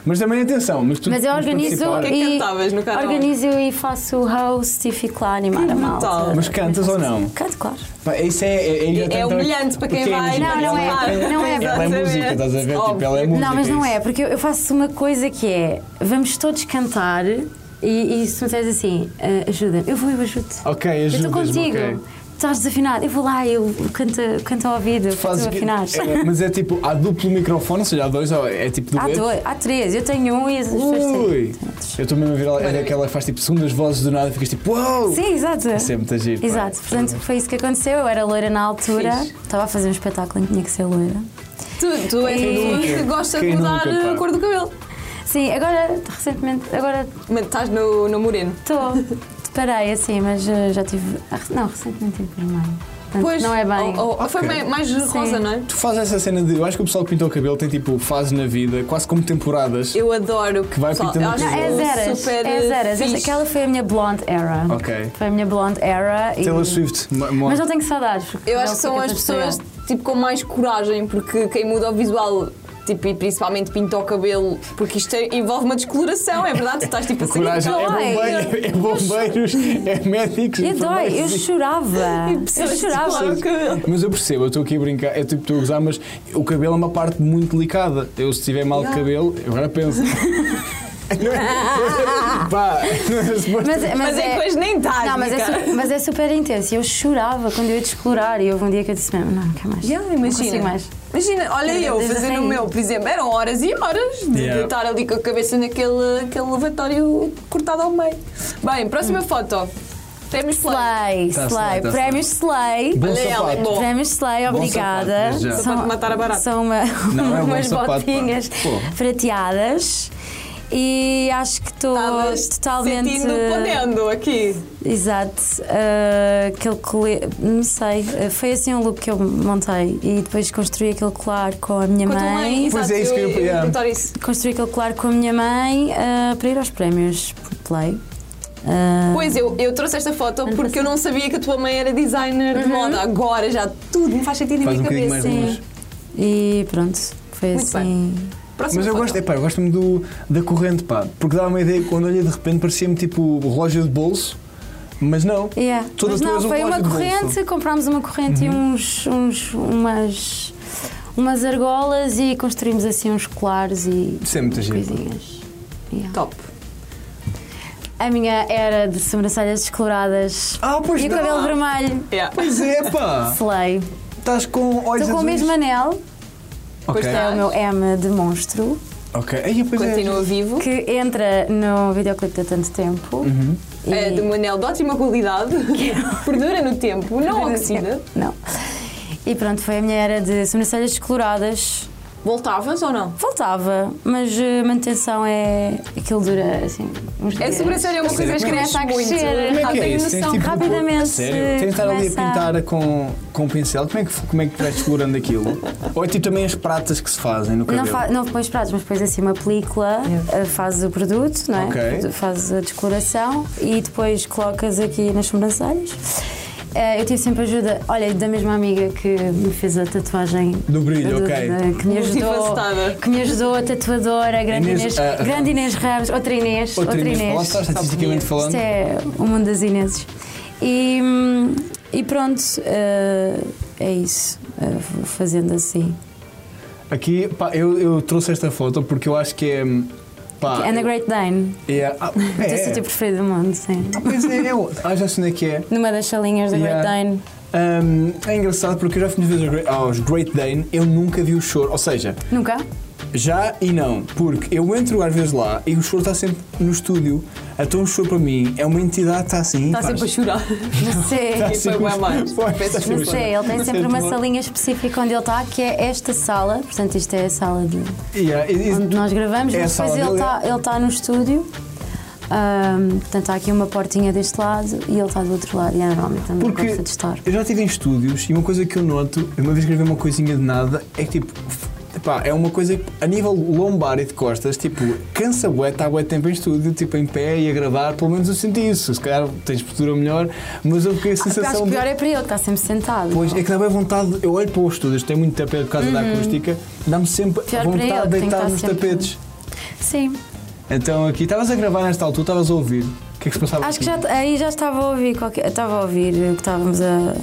[SPEAKER 2] Mas também atenção, mas tu
[SPEAKER 3] Mas eu
[SPEAKER 2] podes
[SPEAKER 3] organizo
[SPEAKER 2] participar.
[SPEAKER 1] que é que
[SPEAKER 3] e
[SPEAKER 1] cantavas no karaoke?
[SPEAKER 3] organizo e faço host e fico lá a animar a malta.
[SPEAKER 1] brutal.
[SPEAKER 2] Mas cantas ou não?
[SPEAKER 3] Canto, claro.
[SPEAKER 2] Pá, isso é. É,
[SPEAKER 1] É humilhante para quem
[SPEAKER 2] porque é
[SPEAKER 1] vai,
[SPEAKER 2] música,
[SPEAKER 3] não, não é,
[SPEAKER 2] ela
[SPEAKER 3] não é,
[SPEAKER 2] Ela é
[SPEAKER 1] exatamente.
[SPEAKER 2] música, estás a ver? Tipo,
[SPEAKER 1] Óbvio.
[SPEAKER 2] ela é música.
[SPEAKER 3] Não, mas não
[SPEAKER 2] isso.
[SPEAKER 3] é, porque eu- eu faço uma coisa que é: vamos todos cantar e, e se tu disseres assim, "Ah, ajuda-me, eu vou, eu ajudo.
[SPEAKER 2] Ok,
[SPEAKER 3] Eu estou
[SPEAKER 2] ajudas-me,
[SPEAKER 3] contigo.
[SPEAKER 2] ok.
[SPEAKER 3] Estás desafinado, eu vou lá, eu canto, canto ao ouvido, para
[SPEAKER 2] Fazes
[SPEAKER 3] tu
[SPEAKER 2] que-
[SPEAKER 3] afinares.
[SPEAKER 2] é, mas é tipo, há duplo microfone, ou seja, há dois, ou é tipo
[SPEAKER 3] Há
[SPEAKER 2] dueto?
[SPEAKER 3] dois, há três, eu tenho um e as pessoas têm.
[SPEAKER 2] Ui! Eu estou mesmo a ver, ela- é daquela que faz tipo segundas vozes do nada e ficas tipo, uau!
[SPEAKER 3] Sim, exato.
[SPEAKER 2] Isso é muito giro, pá.
[SPEAKER 3] Exato,
[SPEAKER 2] um
[SPEAKER 3] portanto foi isso que aconteceu. Eu era loira na altura,
[SPEAKER 1] Fixe.
[SPEAKER 3] estava a fazer um espetáculo em que tinha que ser loira.
[SPEAKER 1] Tu, tu és
[SPEAKER 3] Quem
[SPEAKER 1] uma pessoa
[SPEAKER 2] nunca?
[SPEAKER 1] que gosta
[SPEAKER 2] Quem
[SPEAKER 1] de mudar
[SPEAKER 2] nunca, pá?
[SPEAKER 1] a cor do cabelo.
[SPEAKER 3] Sim, agora, recentemente, agora
[SPEAKER 1] Mas estás no, no moreno.
[SPEAKER 3] estou. Parei assim, mas eh, já tive. ah, Não, recentemente tive vermelho. Portanto, não é bem.
[SPEAKER 1] Ou, ou- ou foi
[SPEAKER 2] Ok.
[SPEAKER 1] bem- mais rosa, não é?
[SPEAKER 2] Tu fazes essa cena de. Eu acho que o pessoal que pintou o cabelo tem tipo fases na vida, quase como temporadas.
[SPEAKER 1] Eu adoro. Que
[SPEAKER 2] vai pintando
[SPEAKER 3] Não, é zeras.
[SPEAKER 1] super eh,
[SPEAKER 3] é zeras.
[SPEAKER 1] fixe.
[SPEAKER 3] Essa- Aquela foi a minha blonde era.
[SPEAKER 2] Ok.
[SPEAKER 3] Foi a minha blonde era. e-
[SPEAKER 2] Taylor Swift, mo- mo-
[SPEAKER 3] Mas não tenho saudades. porque
[SPEAKER 1] Eu acho
[SPEAKER 3] não
[SPEAKER 1] que são
[SPEAKER 3] fica
[SPEAKER 1] as
[SPEAKER 3] tudo
[SPEAKER 1] pessoas
[SPEAKER 3] estragado.
[SPEAKER 1] tipo, com mais coragem, porque quem muda o visual. Tipo, e principalmente pinta o cabelo, porque isto é- envolve uma descoloração, é verdade? Tu estás tipo a sair do
[SPEAKER 2] coragem. É
[SPEAKER 1] cabelo. tipo,
[SPEAKER 3] Ai,
[SPEAKER 2] bombeiro- é bombeiros, é médicos.
[SPEAKER 3] E dói, eu
[SPEAKER 2] enfermeiros.
[SPEAKER 3] chorava. Eu
[SPEAKER 1] Pessoas descoloram
[SPEAKER 3] chorava.
[SPEAKER 1] o cabelo.
[SPEAKER 2] Mas eu percebo, eu estou aqui a brincar, eu tipo estou a gozar, mas o cabelo é uma parte muito delicada. Eu se tiver mal de cabelo, eu agora penso. Não é- Pá, não é suposto-
[SPEAKER 3] Mas, mas
[SPEAKER 1] Mas é que hoje nem dá,
[SPEAKER 3] Não, mas é,
[SPEAKER 1] Mica.
[SPEAKER 3] su- mas é super intenso. Eu chorava quando eu ia descolorar e houve um dia que eu disse mesmo, não, quer mais.
[SPEAKER 1] Yeah,
[SPEAKER 3] não
[SPEAKER 1] imagina.
[SPEAKER 3] consigo mais.
[SPEAKER 1] Imagina, olha
[SPEAKER 3] Desde-
[SPEAKER 1] eu
[SPEAKER 3] desde a
[SPEAKER 1] fazer o
[SPEAKER 3] rainha.
[SPEAKER 1] meu, por exemplo, eram horas e horas de
[SPEAKER 2] Yeah.
[SPEAKER 1] estar ali com a cabeça naquele aquele lavatório cortado ao meio. Bem, próxima
[SPEAKER 3] Hum.
[SPEAKER 1] foto. Temos play.
[SPEAKER 3] Slay,
[SPEAKER 2] Tá
[SPEAKER 3] Slay,
[SPEAKER 2] slay, tá
[SPEAKER 3] prémios Slay.
[SPEAKER 2] Bom
[SPEAKER 1] Olha ela, é
[SPEAKER 2] sapato.
[SPEAKER 1] bom.
[SPEAKER 3] Prémios Slay,
[SPEAKER 2] Bom
[SPEAKER 3] obrigada.
[SPEAKER 2] sapato, desde já.
[SPEAKER 1] Sapato de matar a barata.
[SPEAKER 3] são uma-
[SPEAKER 2] Não, é um bom
[SPEAKER 3] umas
[SPEAKER 2] sapato, pá.
[SPEAKER 3] botinhas
[SPEAKER 2] Pô.
[SPEAKER 3] prateadas. E acho que estou
[SPEAKER 1] Estavas
[SPEAKER 3] totalmente.
[SPEAKER 1] sentindo podendo aqui.
[SPEAKER 3] Exato. ah, aquele cole... Não sei. ah, Foi assim um look que eu montei. E depois construí aquele colar com a minha
[SPEAKER 1] Com a tua mãe,
[SPEAKER 3] mãe.
[SPEAKER 2] Pois
[SPEAKER 1] exato,
[SPEAKER 2] é, isso que eu ia
[SPEAKER 1] ia
[SPEAKER 2] pegar.
[SPEAKER 1] perguntar isso.
[SPEAKER 3] Construí aquele colar com a minha mãe ah, para ir aos prémios Play. Ah,
[SPEAKER 1] Pois, eu, eu trouxe esta foto porque eu não sabia que a tua mãe era designer
[SPEAKER 3] Uhum.
[SPEAKER 1] de moda. Agora já tudo me faz sentido na
[SPEAKER 2] Faz
[SPEAKER 1] minha
[SPEAKER 3] assim.
[SPEAKER 2] um bocadinho
[SPEAKER 1] cabeça.
[SPEAKER 2] mais
[SPEAKER 3] sim.
[SPEAKER 2] longe.
[SPEAKER 3] E pronto, foi
[SPEAKER 1] Muito
[SPEAKER 3] assim.
[SPEAKER 1] Próxima
[SPEAKER 2] Mas eu
[SPEAKER 1] foto.
[SPEAKER 2] gosto, é epá, eu gosto muito do, da corrente, pá, porque dava uma ideia que quando olhei de repente parecia-me tipo relógio de bolso, mas não.
[SPEAKER 3] Yeah.
[SPEAKER 2] Toda
[SPEAKER 3] Mas
[SPEAKER 2] tu
[SPEAKER 3] não,
[SPEAKER 2] és um
[SPEAKER 3] foi uma
[SPEAKER 2] relógio de bolso. Uhum.
[SPEAKER 3] corrente, comprámos uma corrente e uns, uns, umas, umas argolas e construímos assim uns colares e
[SPEAKER 2] Isso é muito giro.
[SPEAKER 3] coisinhas. Yeah.
[SPEAKER 1] Top.
[SPEAKER 3] A minha era de sobrancelhas descoloradas
[SPEAKER 2] Ah, pois
[SPEAKER 3] e o
[SPEAKER 2] não.
[SPEAKER 3] cabelo vermelho.
[SPEAKER 1] Yeah.
[SPEAKER 2] Pois é, pá!
[SPEAKER 3] Slay.
[SPEAKER 2] Estás com olhos
[SPEAKER 3] Estou com o
[SPEAKER 2] azuis.
[SPEAKER 3] mesmo anel,
[SPEAKER 2] Ok,
[SPEAKER 1] Pois
[SPEAKER 3] é
[SPEAKER 1] está.
[SPEAKER 3] o meu M de monstro,
[SPEAKER 2] ok. Aí, pois
[SPEAKER 1] Continua
[SPEAKER 2] é.
[SPEAKER 1] vivo.
[SPEAKER 3] que entra no videoclipe de tanto tempo.
[SPEAKER 2] Uhum.
[SPEAKER 3] E-
[SPEAKER 1] É de um anel de ótima qualidade, perdura no tempo, não
[SPEAKER 2] assim, né?
[SPEAKER 1] oxida.
[SPEAKER 3] Não. E pronto, foi a minha era de sobrancelhas descoloradas.
[SPEAKER 1] Voltavas ou não?
[SPEAKER 3] Faltava, mas eh, manutenção é. aquilo dura assim. Uns
[SPEAKER 1] É
[SPEAKER 3] dias.
[SPEAKER 1] sobrancelha é uma coisa que cresce
[SPEAKER 3] Começa a
[SPEAKER 1] muito.
[SPEAKER 3] crescer.
[SPEAKER 2] Como é que
[SPEAKER 1] Ah,
[SPEAKER 2] é
[SPEAKER 1] tenho
[SPEAKER 2] isso? Tens
[SPEAKER 1] noção.
[SPEAKER 2] tipo,
[SPEAKER 3] Rapidamente,
[SPEAKER 2] Sério? Tens de estar ali a
[SPEAKER 3] começa a-
[SPEAKER 2] pintar com, com pincel. Como é que, como é que vais descolorando aquilo? Ou é tipo também as pratas que se fazem no
[SPEAKER 3] Não,
[SPEAKER 2] cabelo?
[SPEAKER 3] fa- não pões pratos, mas pões assim uma película, eh, faz o produto, não é?
[SPEAKER 2] É. Ok.
[SPEAKER 3] Faz a descoloração e depois colocas aqui nas sobrancelhas. Eh, Eu tive sempre ajuda, olha, da mesma amiga que me fez a tatuagem.
[SPEAKER 2] Do brilho,
[SPEAKER 3] do-
[SPEAKER 2] ok.
[SPEAKER 3] da- que me ajudou.
[SPEAKER 1] Multifacetada.
[SPEAKER 3] Que me ajudou a tatuadora, a grande
[SPEAKER 2] Inês,
[SPEAKER 3] Inês,
[SPEAKER 2] ah, ah.
[SPEAKER 3] grande Inês Ramos, outra Inês,
[SPEAKER 2] Outra
[SPEAKER 3] outra
[SPEAKER 2] Inês,
[SPEAKER 3] Inês.
[SPEAKER 2] falaste, estatisticamente falando?
[SPEAKER 3] Isto é o mundo das Ineses. E, hum, e pronto, eh, é isso. Eh, vou fazendo assim.
[SPEAKER 2] Aqui, pá, eu, eu trouxe esta foto porque eu acho que é. Pá,
[SPEAKER 3] Anna Great Dane.
[SPEAKER 2] é, ah,
[SPEAKER 3] É. O teu
[SPEAKER 2] é,
[SPEAKER 3] sítio preferido do mundo, sim.
[SPEAKER 2] Ah, pois é, eu, ah, já sei onde é que é.
[SPEAKER 3] Numa das salinhas da
[SPEAKER 2] Yeah.
[SPEAKER 3] Great Dane.
[SPEAKER 2] Ahm, é engraçado porque eu já fui muitas vezes ao Great- aos Great Dane, eu nunca vi o choro. Ou seja,
[SPEAKER 3] Nunca?
[SPEAKER 2] já e não, porque eu entro às vezes lá e o choro está sempre no estúdio. Então o choro para mim é uma entidade que está assim.
[SPEAKER 1] Está
[SPEAKER 2] faz-
[SPEAKER 1] sempre a chorar.
[SPEAKER 3] Não sei.
[SPEAKER 2] Tá
[SPEAKER 1] E foi bué mais.
[SPEAKER 2] Pois,
[SPEAKER 1] Peço
[SPEAKER 2] tá sempre
[SPEAKER 3] Não
[SPEAKER 2] a
[SPEAKER 3] sei,
[SPEAKER 2] chorar.
[SPEAKER 3] ele tem sempre
[SPEAKER 2] Sempre
[SPEAKER 3] uma
[SPEAKER 2] bom.
[SPEAKER 3] salinha específica onde ele está, que é esta sala. Portanto, isto é a sala de,
[SPEAKER 2] Yeah, e- e-
[SPEAKER 3] onde nós gravamos,
[SPEAKER 2] É a
[SPEAKER 3] mas depois
[SPEAKER 2] sala
[SPEAKER 3] ele
[SPEAKER 2] dele,
[SPEAKER 3] está ele tá no estúdio. Ahm, portanto, há aqui uma portinha deste lado e ele está do outro lado. E é normalmente também
[SPEAKER 2] Porque
[SPEAKER 3] gosta de estar.
[SPEAKER 2] eu já estive em estúdios e uma coisa que eu noto, uma vez gravei uma coisinha de nada, é que tipo. f- Pá, é uma coisa que, a nível lombar e de costas, tipo, cansa bué, está bué tempo em estúdio, tipo, em pé e a gravar, pelo menos eu senti isso. Se calhar tens postura melhor, mas eu fiquei a
[SPEAKER 3] Ah, acho
[SPEAKER 2] sensação
[SPEAKER 3] que
[SPEAKER 2] de.
[SPEAKER 3] pior é para ele, que está sempre sentado.
[SPEAKER 2] Pois, é que dá bem vontade, eu olho para os estúdios, tenho muito tapete por causa da acústica, dá-me sempre
[SPEAKER 3] Pior para
[SPEAKER 2] vontade
[SPEAKER 3] ele,
[SPEAKER 2] de
[SPEAKER 3] Uhum. tem que
[SPEAKER 2] deitar
[SPEAKER 3] estar
[SPEAKER 2] nos
[SPEAKER 3] sempre-
[SPEAKER 2] tapetes.
[SPEAKER 3] Sim,
[SPEAKER 2] Então aqui, estavas a gravar nesta altura, estavas a ouvir, o que é que se passava?
[SPEAKER 3] Acho que
[SPEAKER 2] aqui?
[SPEAKER 3] já, aí já estava a ouvir qualquer, estava a ouvir o que estávamos a.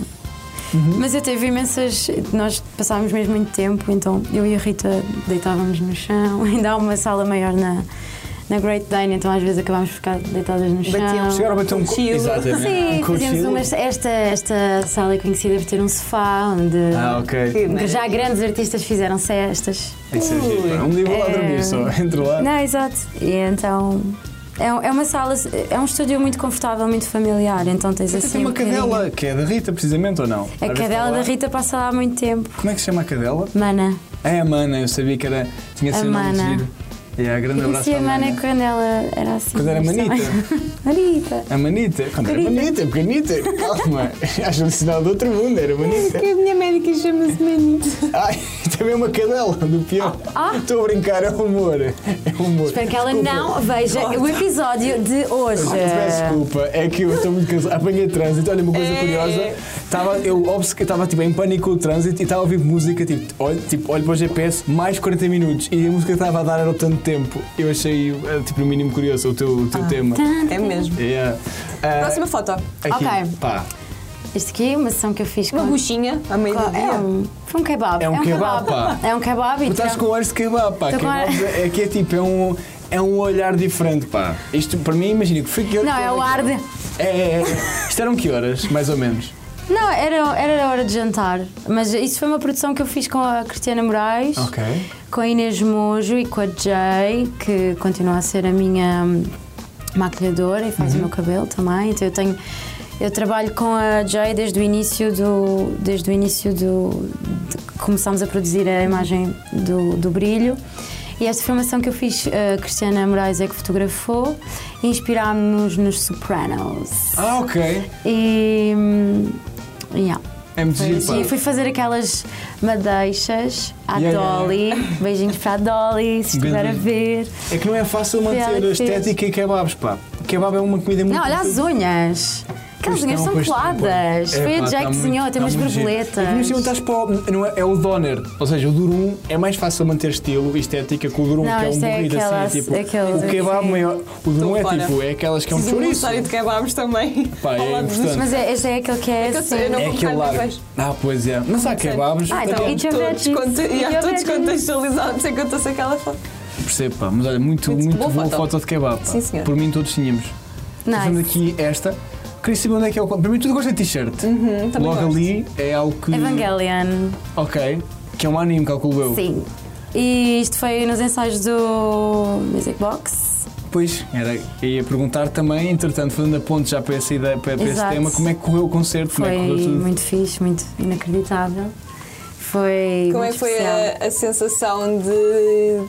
[SPEAKER 2] Uhum.
[SPEAKER 3] Mas eu teve imensas. Nós passávamos mesmo muito tempo, então eu e a Rita deitávamos no chão. Ainda há uma sala maior na, na Great Dane, então às vezes acabámos de ficar deitadas no chão.
[SPEAKER 1] Batiam.
[SPEAKER 2] Chegaram a bater um, co-
[SPEAKER 1] Cochilo.
[SPEAKER 2] Exatamente,
[SPEAKER 3] Sim,
[SPEAKER 2] um
[SPEAKER 3] fazíamos
[SPEAKER 2] cochilo.
[SPEAKER 3] umas, esta, esta sala é conhecida por ter um sofá onde
[SPEAKER 2] Ah, ok.
[SPEAKER 1] Que
[SPEAKER 3] que já grandes artistas fizeram cestas.
[SPEAKER 2] Isso é giro, pá. Um dia vou lá
[SPEAKER 3] É.
[SPEAKER 2] dormir só, entro lá.
[SPEAKER 3] Não, exato. E então. É, um- é uma sala, é um estúdio muito confortável, muito familiar, então tens
[SPEAKER 2] Você
[SPEAKER 3] assim.
[SPEAKER 2] tem uma
[SPEAKER 3] um bocadinho-
[SPEAKER 2] cadela, que é da Rita, precisamente, ou não?
[SPEAKER 3] A
[SPEAKER 2] Às vezes
[SPEAKER 3] cadela
[SPEAKER 2] está
[SPEAKER 3] da
[SPEAKER 2] lá.
[SPEAKER 3] Rita passa lá há muito tempo.
[SPEAKER 2] Como é que se chama a cadela?
[SPEAKER 3] Mana.
[SPEAKER 2] É a Mana, eu sabia que era, tinha
[SPEAKER 3] A
[SPEAKER 2] sido nome
[SPEAKER 3] Mana.
[SPEAKER 2] giro. E é, grande
[SPEAKER 3] Eu
[SPEAKER 2] abraço
[SPEAKER 3] conheci
[SPEAKER 2] à
[SPEAKER 3] a Mana
[SPEAKER 2] Mana.
[SPEAKER 3] quando ela era assim.
[SPEAKER 2] Quando era
[SPEAKER 3] também. Manita.
[SPEAKER 2] A Manita, É eh? quando era Manita, pequenita, calma. Acho um sinal do outro mundo, era Manita.
[SPEAKER 1] a minha médica chama-se Manito.
[SPEAKER 2] Ai, também uma cadela, do pior.
[SPEAKER 3] Ah.
[SPEAKER 2] Estou a brincar, é humor. É humor.
[SPEAKER 3] Espero que ela
[SPEAKER 2] Desculpa.
[SPEAKER 3] não veja o episódio de hoje.
[SPEAKER 2] Peço desculpa, é que eu estou muito cansado. Apanhei trânsito. Olha, uma coisa
[SPEAKER 1] É.
[SPEAKER 2] curiosa. Tava, eu obcequei, estava tipo, em pânico com o trânsito e estava a ouvir música, tipo olho, tipo, olho para o GPS, mais 40 minutos. E a música que estava a dar era o tanto tempo. Eu achei, eh, tipo, no mínimo curioso o teu, o
[SPEAKER 3] Ah,
[SPEAKER 2] teu tema.
[SPEAKER 1] É mesmo.
[SPEAKER 2] Yeah. Ah,
[SPEAKER 1] Próxima foto.
[SPEAKER 2] aqui,
[SPEAKER 3] Ok.
[SPEAKER 2] pá,
[SPEAKER 3] Este aqui é uma sessão que eu fiz
[SPEAKER 1] Uma
[SPEAKER 3] com.
[SPEAKER 1] buchinha, a meio do
[SPEAKER 3] com- É
[SPEAKER 1] dia.
[SPEAKER 3] um, foi um kebab.
[SPEAKER 2] É um kebab, pá. tá,
[SPEAKER 3] É um kebab e
[SPEAKER 2] tu estás
[SPEAKER 3] tiram-
[SPEAKER 2] com olhos de kebab, pá.
[SPEAKER 3] Tô com
[SPEAKER 2] Kebab é que é tipo, é um, é um olhar diferente, pá. Isto, para mim, imagina que fui que
[SPEAKER 3] Não, é o ar de.
[SPEAKER 2] É, é, é. Isto eram que horas, mais ou menos?
[SPEAKER 3] Não, era, era a hora de jantar. Mas isso foi uma produção que eu fiz com a Cristiana Moraes.
[SPEAKER 2] Ok.
[SPEAKER 3] com a Inês Mojo e com a Jay, que continua a ser a minha hum, maquilhadora e faz o meu cabelo também. Então eu tenho. Eu trabalho com a Jay desde o início do. Desde o início do. de que começámos a produzir a imagem do, do brilho. E esta formação que eu fiz, a Cristiana Moraes é que fotografou, inspirámos-nos nos Sopranos.
[SPEAKER 2] Ah, ok.
[SPEAKER 3] E. hum, yeah.
[SPEAKER 2] É muito
[SPEAKER 3] Foi
[SPEAKER 2] giro, pá.
[SPEAKER 3] giro. Fui fazer aquelas madeixas à
[SPEAKER 2] Yeah, yeah,
[SPEAKER 3] Dolly. Beijinhos para a Dolly, se estiver a
[SPEAKER 2] Beijinhos.
[SPEAKER 3] ver.
[SPEAKER 2] É que não é fácil manter a
[SPEAKER 3] Reality.
[SPEAKER 2] estética e kebabs, pá. Kebab é uma comida muito.
[SPEAKER 3] Não, olha as unhas. Aquelas unhas são coladas.
[SPEAKER 2] é
[SPEAKER 3] Foi
[SPEAKER 2] tá
[SPEAKER 3] a Jake que desenhou, tem umas borboletas.
[SPEAKER 2] Não sei, estás para o- não é, é o Donner. Ou seja, o Durum é mais fácil manter estilo e estética que o Durum,
[SPEAKER 3] Não,
[SPEAKER 2] que é um
[SPEAKER 3] isto é
[SPEAKER 2] burrito
[SPEAKER 3] aquelas-
[SPEAKER 2] assim. Tipo,
[SPEAKER 3] aquelas-
[SPEAKER 2] o kebab
[SPEAKER 3] sim.
[SPEAKER 2] maior. O Durum é
[SPEAKER 1] Estou
[SPEAKER 2] tipo,
[SPEAKER 1] fora.
[SPEAKER 2] é aquelas que é um
[SPEAKER 1] Então, Preciso de um
[SPEAKER 2] chouriço.
[SPEAKER 1] moçário de kebabs também.
[SPEAKER 2] Pá,
[SPEAKER 1] ao
[SPEAKER 2] é
[SPEAKER 1] lado dos-
[SPEAKER 2] importante.
[SPEAKER 3] Mas é- este é aquele que é
[SPEAKER 1] que eu sei, eu
[SPEAKER 3] assim.
[SPEAKER 1] não-
[SPEAKER 2] É aquele
[SPEAKER 1] carne
[SPEAKER 2] largo.
[SPEAKER 1] vejo.
[SPEAKER 2] Ah, pois é. Mas há kebabs.
[SPEAKER 3] Ah, então,
[SPEAKER 2] também-
[SPEAKER 3] e Eat your
[SPEAKER 1] Todos,
[SPEAKER 3] veggies.
[SPEAKER 1] conte-
[SPEAKER 3] Eat
[SPEAKER 1] e há
[SPEAKER 3] your
[SPEAKER 1] todos
[SPEAKER 3] veggies.
[SPEAKER 1] contextualizados em que eu estou sem aquela foto.
[SPEAKER 2] Percebo, pá. Mas olha, muito,
[SPEAKER 1] Muito
[SPEAKER 2] muito,
[SPEAKER 1] boa
[SPEAKER 2] boa
[SPEAKER 1] foto.
[SPEAKER 2] foto. de kebab. pá.
[SPEAKER 1] Sim, senhor.
[SPEAKER 2] Por mim, todos tínhamos. Fazendo
[SPEAKER 3] Nice.
[SPEAKER 2] aqui esta. Queria saber onde é que é o. Para mim, tudo gosta de t-shirt.
[SPEAKER 1] também
[SPEAKER 2] Logo
[SPEAKER 1] gosto.
[SPEAKER 2] ali é algo que.
[SPEAKER 3] Uhum, Evangelion.
[SPEAKER 2] Ok. Que é um anime, calculo eu.
[SPEAKER 3] Sim. E isto foi nos ensaios do Music Box.
[SPEAKER 2] Pois, era, eu ia perguntar também, entretanto, fazendo a ponte já para esse, ideia- para, para esse
[SPEAKER 3] Exato.
[SPEAKER 2] tema, como é que correu o concerto, como é
[SPEAKER 3] Foi
[SPEAKER 2] que correu tudo?
[SPEAKER 3] muito fixe, muito inacreditável. Foi
[SPEAKER 1] Como é
[SPEAKER 3] muito
[SPEAKER 1] que foi
[SPEAKER 3] especial.
[SPEAKER 1] a, a sensação de,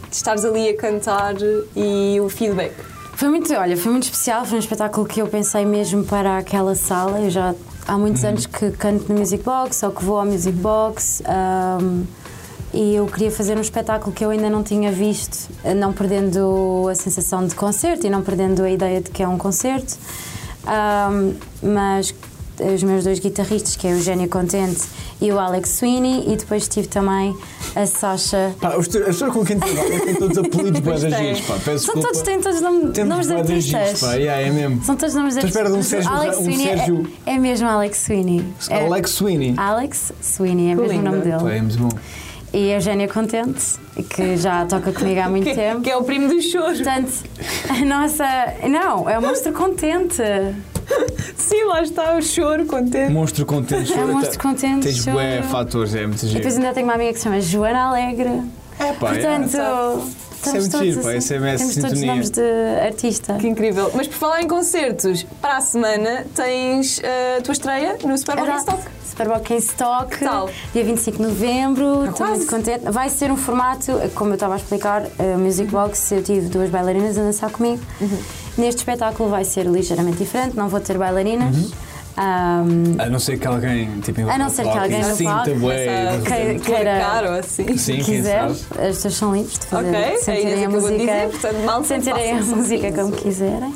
[SPEAKER 1] de estares ali a cantar e o feedback?
[SPEAKER 3] Foi muito, olha, foi muito especial, foi um espetáculo que eu pensei mesmo para aquela sala. Eu já há
[SPEAKER 2] Uhum.
[SPEAKER 3] muitos anos que canto no Music Box ou que vou ao Music Box. ahm, e eu queria fazer um espetáculo que eu ainda não tinha visto, eh, não perdendo a sensação de concerto e não perdendo a ideia de que é um concerto. Ahm, mas os meus dois guitarristas, que é o Eugênio Contente e o Alex Sweeney, e depois tive também a Sasha.
[SPEAKER 2] Pá, os teus, as pessoas com quem trabalhas têm todos apelidos boas
[SPEAKER 1] Pois têm.
[SPEAKER 2] giros, pá, peço
[SPEAKER 3] São
[SPEAKER 2] desculpa.
[SPEAKER 3] todos, têm todos nom-
[SPEAKER 2] Temos
[SPEAKER 3] nomes de
[SPEAKER 2] bué giros,
[SPEAKER 3] artistas.
[SPEAKER 2] pá, yeah, é mesmo.
[SPEAKER 3] São todos nomes de
[SPEAKER 2] Estou à espera de um
[SPEAKER 3] artistas.
[SPEAKER 2] Sérgio-
[SPEAKER 3] Alex
[SPEAKER 2] um
[SPEAKER 3] Sweeney é-
[SPEAKER 2] Sérgio-
[SPEAKER 3] É, mesmo Alex Sweeney. É-
[SPEAKER 2] Alex Sweeney.
[SPEAKER 3] Alex Sweeney, é
[SPEAKER 1] Que
[SPEAKER 3] mesmo o
[SPEAKER 1] linda.
[SPEAKER 3] nome
[SPEAKER 2] Pá, é
[SPEAKER 3] dele.
[SPEAKER 2] muito bom.
[SPEAKER 3] E a Eugénia Contente, que já toca comigo há muito
[SPEAKER 1] Que,
[SPEAKER 3] tempo.
[SPEAKER 1] que é o primo do choro.
[SPEAKER 3] Portanto, a nossa. Não, é o monstro contente. É
[SPEAKER 1] Sim, lá está o choro contente.
[SPEAKER 2] Monstro contente. tá-
[SPEAKER 3] É um monstro contente.
[SPEAKER 2] Tens
[SPEAKER 3] choro.
[SPEAKER 2] bué fatores, é muito
[SPEAKER 3] E
[SPEAKER 2] giro.
[SPEAKER 3] depois ainda tenho uma amiga que se chama Joana Alegre.
[SPEAKER 2] É pá, é.
[SPEAKER 3] Portanto,
[SPEAKER 2] é
[SPEAKER 3] estamos
[SPEAKER 2] muito
[SPEAKER 3] todos.
[SPEAKER 2] giro, pá,
[SPEAKER 3] assim.
[SPEAKER 2] esse é mesmo
[SPEAKER 3] Temos todos
[SPEAKER 2] sintonia.
[SPEAKER 3] nomes de artista.
[SPEAKER 1] Que incrível. Mas por falar em concertos, para a semana tens eh, a tua estreia no Super Bowl Stock.
[SPEAKER 3] Superbock em Stock,
[SPEAKER 1] Que tal? Tá
[SPEAKER 3] dia 25 de novembro, estou
[SPEAKER 1] quase.
[SPEAKER 3] muito contente. Vai ser um formato, como eu estava a explicar, a Music
[SPEAKER 1] Uhum.
[SPEAKER 3] Box, eu tive duas bailarinas a dançar comigo. Neste espetáculo vai ser ligeiramente diferente, não vou ter bailarinas.
[SPEAKER 1] Uhum.
[SPEAKER 3] Ahm,
[SPEAKER 2] A não ser que alguém, tipo,
[SPEAKER 3] A não ser que alguém no
[SPEAKER 2] sinta
[SPEAKER 3] palco,
[SPEAKER 2] bué,
[SPEAKER 1] essa-
[SPEAKER 2] quer-
[SPEAKER 3] Que era-
[SPEAKER 1] Ah, Caro assim.
[SPEAKER 2] Sim, quem
[SPEAKER 3] quiser,
[SPEAKER 2] sabe.
[SPEAKER 3] as pessoas são livres de fazer,
[SPEAKER 1] Ok, é
[SPEAKER 3] de
[SPEAKER 1] isso
[SPEAKER 3] sentirem
[SPEAKER 1] que
[SPEAKER 3] a
[SPEAKER 1] eu vou
[SPEAKER 3] música,
[SPEAKER 1] dizer, portanto, mal
[SPEAKER 3] sentirem a
[SPEAKER 1] façam
[SPEAKER 3] música
[SPEAKER 1] isso.
[SPEAKER 3] como quiserem.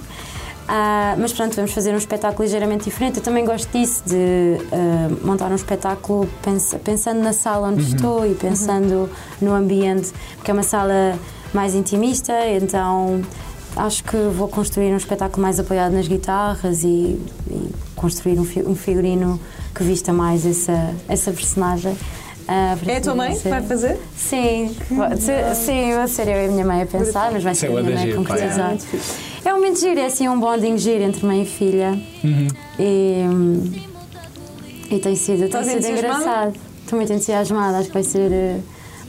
[SPEAKER 3] Ah, mas pronto, vamos fazer um espetáculo ligeiramente diferente. Eu também gosto disso, de ah, montar um espetáculo pens- pensando na sala onde estou e pensando no ambiente, porque é uma sala mais intimista, então acho que vou construir um espetáculo mais apoiado nas guitarras e, e construir um, fi- um figurino que vista mais essa, essa personagem. Ah, para
[SPEAKER 1] É a tua
[SPEAKER 3] mim
[SPEAKER 1] mãe que
[SPEAKER 3] ser-
[SPEAKER 1] vai fazer?
[SPEAKER 3] Sim, vai- se- sim, vai ser eu e a minha mãe a pensar, mas vai
[SPEAKER 2] Isso
[SPEAKER 3] ser
[SPEAKER 2] é
[SPEAKER 3] a minha
[SPEAKER 2] bué
[SPEAKER 3] mãe
[SPEAKER 2] da
[SPEAKER 3] a
[SPEAKER 2] giro, pá, é.
[SPEAKER 3] concretizar. É um momento giro, é assim um bonding giro entre mãe e filha.
[SPEAKER 2] Uhum.
[SPEAKER 3] E, e tem sido, tem
[SPEAKER 1] Estás
[SPEAKER 3] sido
[SPEAKER 1] entusiasmada?
[SPEAKER 3] engraçado. Estou muito entusiasmada, acho que vai ser, eh,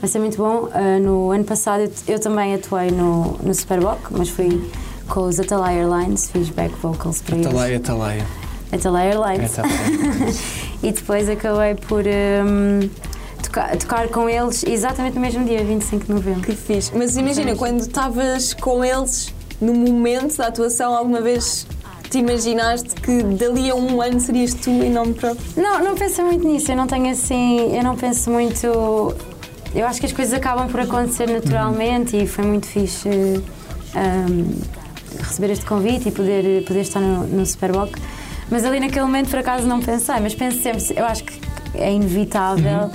[SPEAKER 3] vai ser muito bom. Ah, no ano passado eu, eu também atuei no, no Superbock, mas fui com os Atalaya Airlines, fiz back vocals para eles.
[SPEAKER 2] Atalaia, atalaia.
[SPEAKER 3] Atalaya
[SPEAKER 2] É,
[SPEAKER 3] Airlines.
[SPEAKER 2] tá bem.
[SPEAKER 3] E depois acabei por hum, toca- tocar com eles exatamente no mesmo dia, 25 de novembro.
[SPEAKER 1] Que fiz. Mas imagina, quando estavas com eles no momento da atuação, alguma vez te imaginaste que dali a um ano serias tu em nome próprio?
[SPEAKER 3] Não, não penso muito nisso, eu não tenho assim, eu não penso muito. Eu acho que as coisas acabam por acontecer naturalmente e foi muito fixe hum, receber este convite e poder, poder estar no, no Superboc. Mas ali naquele momento por acaso não pensei, mas penso sempre, eu acho que é inevitável.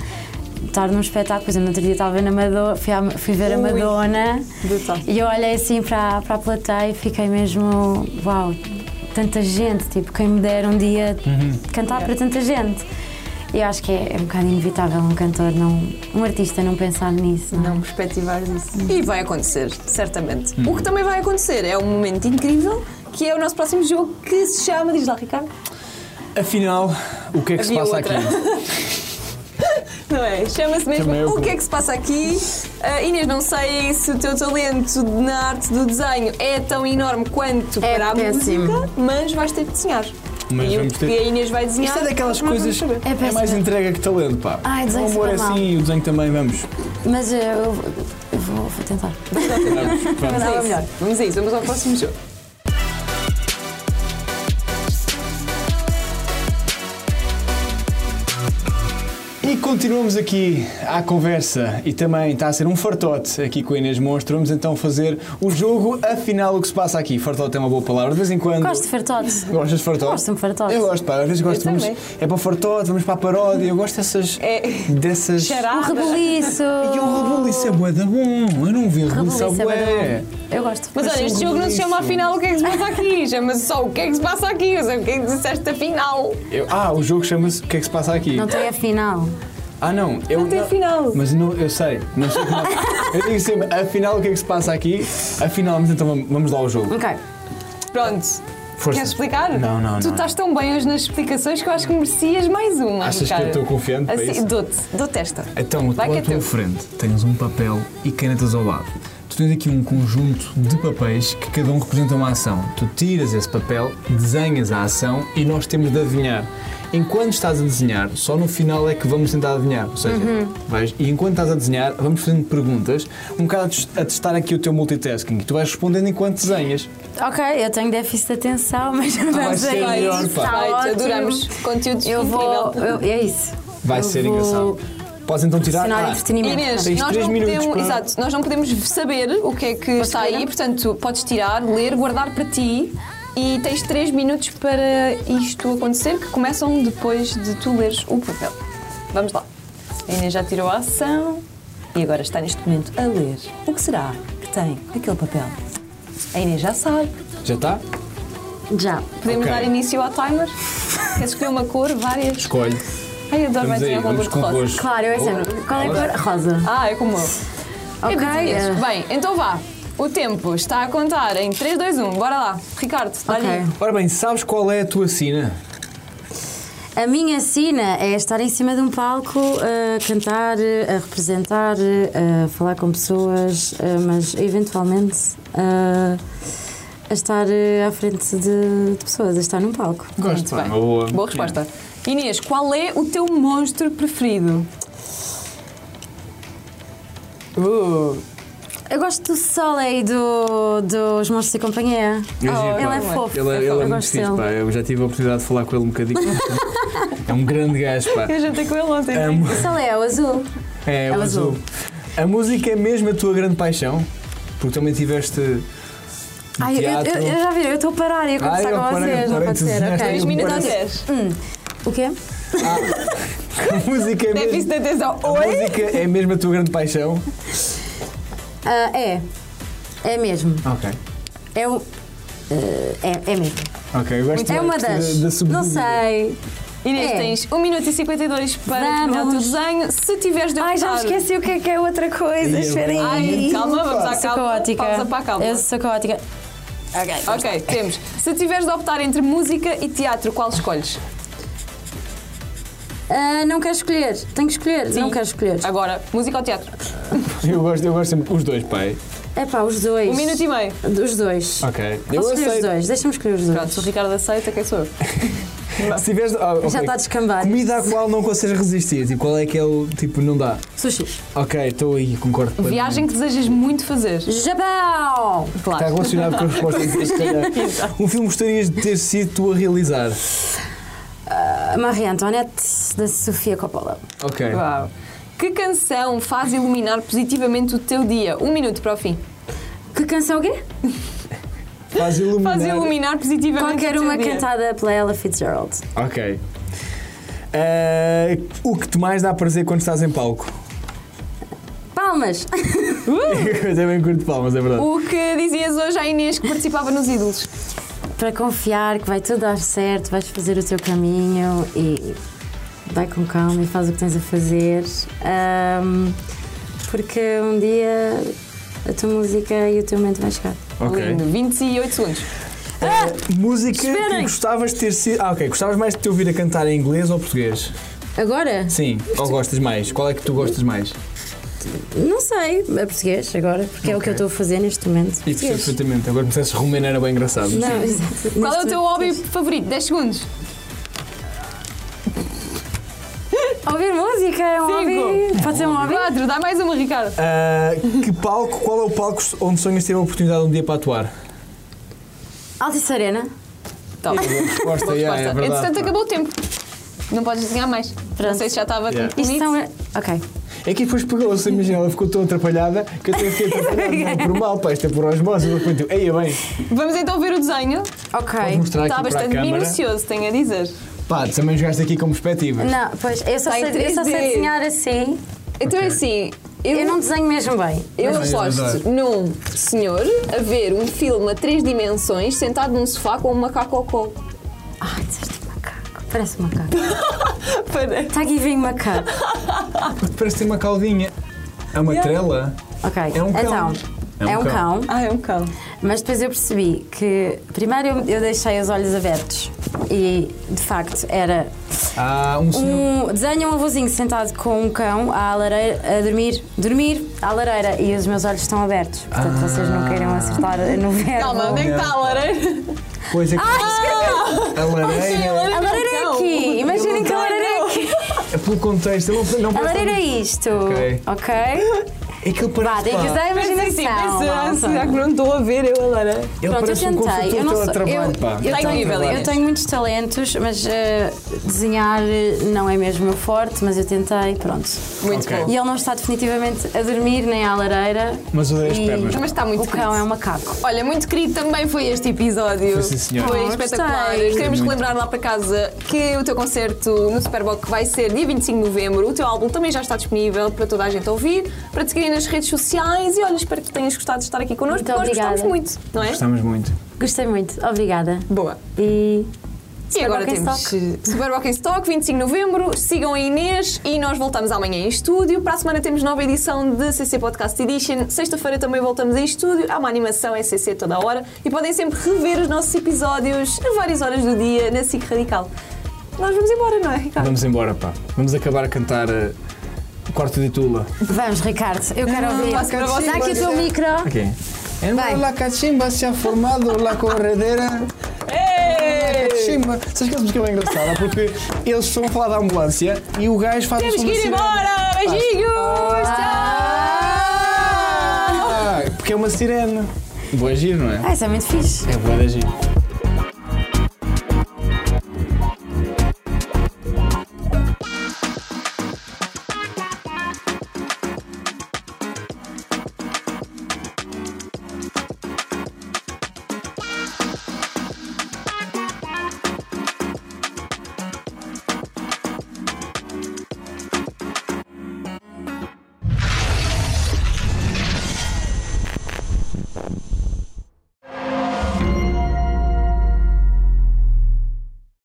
[SPEAKER 3] Estar num espetáculo, por exemplo, no outro dia estava na Madonna, fui, à- fui ver a
[SPEAKER 1] Ui.
[SPEAKER 3] Madonna
[SPEAKER 1] Brutal.
[SPEAKER 3] E eu olhei assim para, para a plateia e fiquei mesmo, uau, tanta gente, tipo, quem me der um dia cantar para tanta gente. E eu acho que é, é um bocado inevitável um cantor, não, um artista não pensar nisso, não é?
[SPEAKER 1] Não perspectivares isso. E vai acontecer, certamente.
[SPEAKER 2] Hum.
[SPEAKER 1] O que também vai acontecer é um momento incrível, que é o nosso próximo jogo que se chama, diz lá Ricardo,
[SPEAKER 2] Afinal, o que é que se
[SPEAKER 1] Havia
[SPEAKER 2] passa
[SPEAKER 1] outra.
[SPEAKER 2] aqui?
[SPEAKER 1] não é? Chama-se mesmo
[SPEAKER 2] Também eu,
[SPEAKER 1] O
[SPEAKER 2] pô.
[SPEAKER 1] que é que se passa aqui? Ah, Inês, não sei se o teu talento na arte do desenho é tão enorme quanto
[SPEAKER 4] É
[SPEAKER 1] para a
[SPEAKER 4] péssimo.
[SPEAKER 1] música, mas vais ter que desenhar.
[SPEAKER 2] Mas
[SPEAKER 1] e o
[SPEAKER 2] vamos
[SPEAKER 1] que
[SPEAKER 2] ter-
[SPEAKER 1] a Inês vai desenhar.
[SPEAKER 2] Isto é daquelas
[SPEAKER 1] nós vamos
[SPEAKER 2] coisas.
[SPEAKER 1] saber.
[SPEAKER 3] É
[SPEAKER 2] É mais
[SPEAKER 3] péssimo.
[SPEAKER 2] entrega que talento, pá.
[SPEAKER 3] Ai, desenho
[SPEAKER 2] o amor é
[SPEAKER 3] super mal.
[SPEAKER 2] assim e o desenho também, vamos.
[SPEAKER 3] Mas eu, eu vou, vou tentar.
[SPEAKER 1] Vamos a
[SPEAKER 3] Vamos a
[SPEAKER 1] isso.
[SPEAKER 3] melhor.
[SPEAKER 1] Vamos a isso, vamos ao próximo jogo.
[SPEAKER 2] E continuamos aqui à conversa e também está a ser um fartote aqui com a Inês Monstro. Vamos então fazer o jogo, afinal, o que se passa aqui. Fartote é uma boa palavra. De vez em quando.
[SPEAKER 3] Gosto de fartote.
[SPEAKER 2] Gostas de fartote?
[SPEAKER 3] Gosto de um fartote.
[SPEAKER 2] Eu gosto, pá. Às vezes gosto.
[SPEAKER 1] Eu
[SPEAKER 2] Vamos,
[SPEAKER 1] também.
[SPEAKER 2] é para o fartote, vamos para a paródia. Eu gosto dessas.
[SPEAKER 1] É.
[SPEAKER 2] dessas.
[SPEAKER 1] Chará.
[SPEAKER 3] Um rebuliço.
[SPEAKER 2] E o
[SPEAKER 1] um
[SPEAKER 2] rebuliço é bué da bom. Eu não vi rebuliço
[SPEAKER 3] Rebuliço
[SPEAKER 2] a
[SPEAKER 3] é bué
[SPEAKER 2] bué.
[SPEAKER 3] da bom. Eu gosto. um
[SPEAKER 1] Mas olha, este jogo não se chama afinal o que é que se passa aqui, chama-se só o que é que se passa aqui, ou seja, o que é que disseste afinal.
[SPEAKER 2] Eu- Ah, o jogo chama-se O que é que se passa aqui?
[SPEAKER 3] Não tem afinal.
[SPEAKER 2] Ah, não. Eu,
[SPEAKER 1] Não tem final.
[SPEAKER 2] Mas não, eu sei. Não sei como. eu digo sempre, afinal, o que é que se passa aqui? Afinal, mas então vamos- vamos lá ao jogo.
[SPEAKER 3] Ok.
[SPEAKER 1] Pronto.
[SPEAKER 2] Força.
[SPEAKER 1] Queres explicar?
[SPEAKER 2] Não, não,
[SPEAKER 1] Tu
[SPEAKER 2] não.
[SPEAKER 1] estás tão bem hoje nas explicações que eu acho que merecias mais uma.
[SPEAKER 2] Achas que
[SPEAKER 1] cara.
[SPEAKER 2] eu estou confiante para isso?
[SPEAKER 1] Assim, dou-te, dou-te esta.
[SPEAKER 2] Então,
[SPEAKER 1] Vai
[SPEAKER 2] tu
[SPEAKER 1] que
[SPEAKER 2] à
[SPEAKER 1] é
[SPEAKER 2] tua
[SPEAKER 1] teu.
[SPEAKER 2] frente tens um papel e canetas ao lado. Tu tens aqui um conjunto de papéis que cada um representa uma ação. Tu tiras esse papel, desenhas a ação e nós temos de adivinhar. Enquanto estás a desenhar, só no final é que vamos tentar adivinhar. Ou seja, vais, e enquanto estás a desenhar, vamos fazendo perguntas, um bocado a tes- a testar aqui o teu multitasking. Tu vais respondendo enquanto desenhas.
[SPEAKER 3] Ok, eu tenho déficit de atenção, mas não
[SPEAKER 2] Ah, vai
[SPEAKER 3] sei.
[SPEAKER 2] ser melhor,
[SPEAKER 3] isso,
[SPEAKER 2] pá.
[SPEAKER 3] tá
[SPEAKER 1] Perfeito,
[SPEAKER 3] ótimo.
[SPEAKER 1] adoramos. Conteúdos
[SPEAKER 3] Eu vou.
[SPEAKER 1] incrível.
[SPEAKER 3] eu- é isso.
[SPEAKER 2] Vai
[SPEAKER 3] Eu
[SPEAKER 2] ser
[SPEAKER 3] vou
[SPEAKER 2] engraçado. Podes então tirar.
[SPEAKER 3] adicionar
[SPEAKER 2] Ah,
[SPEAKER 3] entretenimento.
[SPEAKER 1] Inês,
[SPEAKER 2] Tens
[SPEAKER 1] nós
[SPEAKER 2] três
[SPEAKER 1] não,
[SPEAKER 2] minutos
[SPEAKER 1] podemos,
[SPEAKER 2] para-
[SPEAKER 1] exato, nós não podemos saber o que é que está
[SPEAKER 3] escolher?
[SPEAKER 1] aí, portanto, podes tirar, ler, guardar para ti e tens 3 minutos para isto acontecer, que começam depois de tu leres o papel. Vamos lá. A Inês já tirou a ação e agora está neste momento a ler. O que será que tem aquele papel? A Inês já sabe.
[SPEAKER 2] já tá? está?
[SPEAKER 3] Já.
[SPEAKER 1] Podemos
[SPEAKER 2] Ok.
[SPEAKER 1] dar início ao timer? Queres escolher uma cor, várias?
[SPEAKER 2] Escolhe.
[SPEAKER 1] Ai, eu adoro
[SPEAKER 2] Vamos
[SPEAKER 1] mais
[SPEAKER 2] aí,
[SPEAKER 1] uma cor
[SPEAKER 2] vamos
[SPEAKER 1] de
[SPEAKER 2] com
[SPEAKER 1] rosa.
[SPEAKER 2] roxo.
[SPEAKER 3] Claro, eu é sempre. Qual é a cor? Rosa.
[SPEAKER 1] Ah, é como eu.
[SPEAKER 3] Ok,
[SPEAKER 1] É português.
[SPEAKER 3] eh.
[SPEAKER 1] Bem, então vá. O tempo está a contar em 3, 2, 1. Bora lá. Ricardo, dá
[SPEAKER 3] Ok.
[SPEAKER 1] lhe
[SPEAKER 2] Ora bem, sabes qual é a tua sina?
[SPEAKER 3] A minha sina é estar em cima de um palco a cantar, eh, a representar, eh, a falar com pessoas, eh, mas eventualmente eh, a estar eh, à frente de, de pessoas, a estar num palco.
[SPEAKER 1] Muito
[SPEAKER 2] pá,
[SPEAKER 1] bem.
[SPEAKER 2] uma boa.
[SPEAKER 1] resposta. Inês, qual é o teu monstro preferido? Uh,
[SPEAKER 3] Eu gosto do Soleil do, dos Monstros e Companhia.
[SPEAKER 2] Eu
[SPEAKER 1] Oh,
[SPEAKER 2] giro,
[SPEAKER 1] ele
[SPEAKER 2] pá.
[SPEAKER 1] é
[SPEAKER 3] fofo.
[SPEAKER 2] Ele, é- ele
[SPEAKER 3] Eu
[SPEAKER 2] é muito
[SPEAKER 3] gosto
[SPEAKER 2] fixe,
[SPEAKER 3] dele.
[SPEAKER 2] pá. Eu já tive a oportunidade de falar com ele um bocadinho. é um grande gajo, pá.
[SPEAKER 1] eu
[SPEAKER 3] é
[SPEAKER 1] jantei com ele ontem.
[SPEAKER 2] A mu-
[SPEAKER 3] O Soleil é o azul.
[SPEAKER 2] é, o
[SPEAKER 3] o
[SPEAKER 2] azul.
[SPEAKER 3] azul.
[SPEAKER 2] A música é mesmo a tua grande paixão? Porque também tiveste.
[SPEAKER 3] Ai, eu, eu-
[SPEAKER 2] teatro.
[SPEAKER 3] eu já vi, eu estou a parar e
[SPEAKER 2] Ai,
[SPEAKER 3] a conversar
[SPEAKER 2] eu
[SPEAKER 3] com
[SPEAKER 2] parei, eu
[SPEAKER 3] vocês, não
[SPEAKER 2] parei,
[SPEAKER 3] pode
[SPEAKER 2] tu
[SPEAKER 3] ser.
[SPEAKER 2] fizeste aí
[SPEAKER 3] ok.
[SPEAKER 1] 3
[SPEAKER 2] um
[SPEAKER 1] minutos a
[SPEAKER 2] parece-
[SPEAKER 1] 10.
[SPEAKER 3] O quê?
[SPEAKER 2] A música é
[SPEAKER 1] Déficit
[SPEAKER 2] mesmo.
[SPEAKER 1] de atenção.
[SPEAKER 2] A
[SPEAKER 1] Oi?
[SPEAKER 2] música é mesmo a tua grande paixão?
[SPEAKER 3] Ah, é. É mesmo.
[SPEAKER 2] Ok.
[SPEAKER 3] É o. eh, é, é mesmo.
[SPEAKER 2] Ok, eu gosto
[SPEAKER 3] é uma
[SPEAKER 2] gosto
[SPEAKER 3] das.
[SPEAKER 2] da- da subdúvida.
[SPEAKER 3] não sei.
[SPEAKER 1] Inês,
[SPEAKER 3] É.
[SPEAKER 1] tens 1 minuto e 52 para terminar o teu
[SPEAKER 3] Vamos.
[SPEAKER 1] desenho. Se tiveres de
[SPEAKER 3] Ai, já me
[SPEAKER 1] votar-
[SPEAKER 3] esqueci o que é que é outra coisa.
[SPEAKER 2] Ai,
[SPEAKER 3] Esperem
[SPEAKER 1] Ai,
[SPEAKER 3] aí.
[SPEAKER 1] calma, vamos à
[SPEAKER 3] Sou
[SPEAKER 1] calma.
[SPEAKER 3] caótica.
[SPEAKER 1] Pausa para a calma.
[SPEAKER 3] Eu sou caótica. Ok.
[SPEAKER 1] Ok, temos. Se tiveres de optar entre música e teatro, qual escolhes?
[SPEAKER 3] Ah, não quero escolher. Tenho que escolher. Não quero escolher.
[SPEAKER 1] Agora, música ou teatro?
[SPEAKER 2] Eu gosto, eu gosto sempre. Os dois, pai.
[SPEAKER 3] É pá, os dois.
[SPEAKER 1] Um minuto e meio.
[SPEAKER 3] Os dois.
[SPEAKER 2] Ok.
[SPEAKER 3] Eu
[SPEAKER 2] Eu
[SPEAKER 3] escolher os
[SPEAKER 2] aceito.
[SPEAKER 3] dois. Deixa-me escolher os dois.
[SPEAKER 1] Pronto, se o Ricardo aceita, quem sou eu?
[SPEAKER 2] Se tiveres. ah, ok.
[SPEAKER 3] Já tá está a descambar.
[SPEAKER 2] Comida à qual não consegues resistir. Tipo, qual é aquele. Tipo, não dá.
[SPEAKER 3] Sushi.
[SPEAKER 2] Ok, estou aí, concordo. plenamente.
[SPEAKER 1] Viagem que desejas muito fazer.
[SPEAKER 3] Japão!
[SPEAKER 2] Está
[SPEAKER 1] Claro.
[SPEAKER 2] relacionado com a resposta de se calhar. Um filme gostarias de ter sido tu a realizar.
[SPEAKER 3] Ah, Marie Antoinette da Sofia Coppola.
[SPEAKER 2] Ok.
[SPEAKER 1] Uau. Que canção faz iluminar positivamente o teu dia? Um minuto para o fim.
[SPEAKER 3] Que canção é o quê?
[SPEAKER 2] Faz iluminar.
[SPEAKER 1] Faz iluminar positivamente
[SPEAKER 3] Qualquer
[SPEAKER 1] o teu
[SPEAKER 3] uma
[SPEAKER 1] dia.
[SPEAKER 3] cantada pela Ella Fitzgerald.
[SPEAKER 2] Ok. Eh, o que te mais dá prazer quando estás em palco?
[SPEAKER 3] Palmas!
[SPEAKER 2] Eu também curto palmas, é verdade.
[SPEAKER 1] Uh! O que dizias hoje à Inês que participava nos Ídolos?
[SPEAKER 3] Para confiar que vai tudo dar certo, vais fazer o teu caminho e vai com calma e faz o que tens a fazer. Ahm, porque um dia a tua música e o teu momento vai chegar.
[SPEAKER 2] Ok. Ah,
[SPEAKER 1] Lindo. 28 segundos.
[SPEAKER 2] Música que
[SPEAKER 3] Esperem.
[SPEAKER 2] gostavas de ter sido. Ah, ok. Gostavas mais de te ouvir a cantar em inglês ou português?
[SPEAKER 3] Agora?
[SPEAKER 2] Sim. Ou gostas mais? Qual é que tu gostas mais?
[SPEAKER 3] Não sei, é português agora, porque é o que eu estou a fazer neste momento.
[SPEAKER 2] E percebo perfeitamente. Agora me disseste romeno era bem engraçado. mas
[SPEAKER 3] Não,
[SPEAKER 2] sim.
[SPEAKER 3] exato.
[SPEAKER 1] Qual é o
[SPEAKER 3] Neste
[SPEAKER 1] teu
[SPEAKER 3] momento,
[SPEAKER 1] hobby
[SPEAKER 3] português.
[SPEAKER 1] favorito? 10 segundos.
[SPEAKER 3] Ouvir música é um
[SPEAKER 1] Cinco.
[SPEAKER 3] hobby. Pode ser um hobby?
[SPEAKER 1] 4, dá mais uma, Ricardo.
[SPEAKER 2] Ah, que palco, qual é o palco onde sonhas ter a oportunidade um dia para atuar?
[SPEAKER 3] Altice Arena.
[SPEAKER 1] Top.
[SPEAKER 2] Boa resposta,
[SPEAKER 1] Boa
[SPEAKER 2] yeah,
[SPEAKER 1] resposta.
[SPEAKER 2] é verdade.
[SPEAKER 1] Entretanto, acabou o tempo. Não podes desenhar mais. Não sei se já estava
[SPEAKER 2] Yeah.
[SPEAKER 1] com
[SPEAKER 3] Isto
[SPEAKER 1] limite.
[SPEAKER 3] são. Ok.
[SPEAKER 2] É que depois pegou-se, imagina, ela ficou tão atrapalhada que eu até fiquei atrapalhada, não é por mal, pá, isto é por osmose, eu repente, eia bem,
[SPEAKER 1] Vamos então ver o desenho.
[SPEAKER 3] Ok.
[SPEAKER 2] Podes
[SPEAKER 3] tá
[SPEAKER 2] mostrar
[SPEAKER 1] Está
[SPEAKER 2] aqui para a
[SPEAKER 1] bastante
[SPEAKER 2] câmara.
[SPEAKER 1] minucioso, tenho a dizer.
[SPEAKER 2] Pá, também jogaste aqui com perspectivas.
[SPEAKER 3] Não, pois, eu só,
[SPEAKER 1] Está em
[SPEAKER 3] sei, eu só sei
[SPEAKER 1] 3D.
[SPEAKER 3] desenhar assim.
[SPEAKER 1] Então é assim, eu,
[SPEAKER 3] Eu não desenho mesmo bem.
[SPEAKER 1] eu
[SPEAKER 2] Mas-
[SPEAKER 1] aposto num senhor a ver um filme a três dimensões sentado num sofá com um macaco ao colo.
[SPEAKER 3] Ai, Ah, disseste macaco. Parece um macaco.
[SPEAKER 1] Para.
[SPEAKER 3] Está aqui vem macaco.
[SPEAKER 2] Parece ter uma caldinha. É uma
[SPEAKER 1] Yeah.
[SPEAKER 2] trela.
[SPEAKER 3] Ok.
[SPEAKER 2] É um cão.
[SPEAKER 3] Então,
[SPEAKER 2] É um
[SPEAKER 3] é um
[SPEAKER 2] cão.
[SPEAKER 3] cão.
[SPEAKER 1] Ah, é um cão.
[SPEAKER 3] Mas depois eu percebi que primeiro eu, eu deixei os olhos abertos e de facto era
[SPEAKER 2] Ah, um senhor.
[SPEAKER 3] um desenho um avôzinho sentado com um cão à lareira a dormir, dormir à lareira e os meus olhos estão abertos. Portanto,
[SPEAKER 2] Ah.
[SPEAKER 3] vocês não queiram acertar no verbo.
[SPEAKER 2] um
[SPEAKER 1] Calma, onde é que está a lareira?
[SPEAKER 2] Pois é que
[SPEAKER 3] Um. Ai, um escreveu!
[SPEAKER 2] a
[SPEAKER 1] Ah, um
[SPEAKER 2] lareira.
[SPEAKER 3] A lareira é aqui! Imaginem que a lareira é aqui!
[SPEAKER 2] É pelo contexto, eu não, não
[SPEAKER 3] A
[SPEAKER 2] parece-
[SPEAKER 3] lareira é isto!
[SPEAKER 2] Ok.
[SPEAKER 3] Ok?
[SPEAKER 2] É que ele
[SPEAKER 3] Vá,
[SPEAKER 2] parece.
[SPEAKER 3] tem que
[SPEAKER 2] pá,
[SPEAKER 3] usar a
[SPEAKER 1] Pensa assim,
[SPEAKER 3] imaginação.
[SPEAKER 1] pensa,
[SPEAKER 3] malta.
[SPEAKER 1] será que não estou a ver eu a lareira?
[SPEAKER 2] Ele
[SPEAKER 3] Pronto, eu
[SPEAKER 2] parece um
[SPEAKER 3] tentei.
[SPEAKER 2] consultor
[SPEAKER 3] Eu, não sou,
[SPEAKER 2] teletrabalho,
[SPEAKER 3] eu,
[SPEAKER 2] pá.
[SPEAKER 3] eu
[SPEAKER 1] Tá
[SPEAKER 3] tenho,
[SPEAKER 1] incrível,
[SPEAKER 3] eu
[SPEAKER 1] Inês.
[SPEAKER 3] tenho muitos talentos, mas eh, desenhar eh, não é mesmo meu forte, mas eu tentei, pronto.
[SPEAKER 1] Muito
[SPEAKER 2] Ok.
[SPEAKER 1] bom.
[SPEAKER 3] é E ele não está definitivamente a dormir nem à lareira.
[SPEAKER 2] Mas odeio as
[SPEAKER 3] E
[SPEAKER 2] pernas.
[SPEAKER 1] Mas está muito
[SPEAKER 3] O cão
[SPEAKER 1] querido.
[SPEAKER 3] é um macaco.
[SPEAKER 1] Olha, muito querido também foi este episódio.
[SPEAKER 2] Foi, sim, senhora.
[SPEAKER 1] Foi
[SPEAKER 3] Oh,
[SPEAKER 1] espetacular.
[SPEAKER 3] gostei.
[SPEAKER 1] Queremos
[SPEAKER 2] Muito.
[SPEAKER 1] relembrar lá para casa que o teu concerto no Superboc vai ser dia 25 de novembro. O teu álbum também já está disponível para toda a gente ouvir, para te seguirem nas redes sociais. E olha, espero que tenhas gostado de estar aqui connosco.
[SPEAKER 3] Muito
[SPEAKER 1] nós gostamos
[SPEAKER 3] obrigada.
[SPEAKER 1] muito, não é?
[SPEAKER 2] Gostamos muito.
[SPEAKER 3] Gostei muito, obrigada.
[SPEAKER 1] Boa.
[SPEAKER 3] E.
[SPEAKER 1] E agora
[SPEAKER 3] Superboc em
[SPEAKER 1] temos
[SPEAKER 3] stock.
[SPEAKER 1] Superboc em Stock, 25 de novembro. Sigam a Inês e nós voltamos amanhã em estúdio. Para a semana temos nova edição de CC Podcast Edition. Sexta-feira também voltamos em estúdio. Há uma animação em CC toda a hora e podem sempre rever os nossos episódios a várias horas do dia na SIC Radical. Nós vamos embora, não é, Ricardo?
[SPEAKER 2] Vamos embora, pá. Vamos acabar a cantar eh, Quarto de Tula.
[SPEAKER 3] Vamos, Ricardo, eu quero
[SPEAKER 1] não
[SPEAKER 3] ouvir.
[SPEAKER 1] posso, para vocês
[SPEAKER 3] Dá aqui o
[SPEAKER 1] pode
[SPEAKER 3] teu
[SPEAKER 1] ser.
[SPEAKER 3] micro.
[SPEAKER 2] Ok. En
[SPEAKER 3] Vai.
[SPEAKER 2] la cachimba se ha formado la corredera.
[SPEAKER 1] Ei!
[SPEAKER 2] Cachimba. Sabes que essa música é bem engraçada? Porque eles estão a falar da ambulância e o gajo faz
[SPEAKER 1] Temos
[SPEAKER 2] o som
[SPEAKER 1] que
[SPEAKER 2] da
[SPEAKER 1] ir
[SPEAKER 2] sirene.
[SPEAKER 1] embora! Beijinhos! Tchau!
[SPEAKER 2] Ah, porque é uma sirene. Boa giro, não é?
[SPEAKER 3] Ah, isso é muito fixe.
[SPEAKER 2] É boa da giro.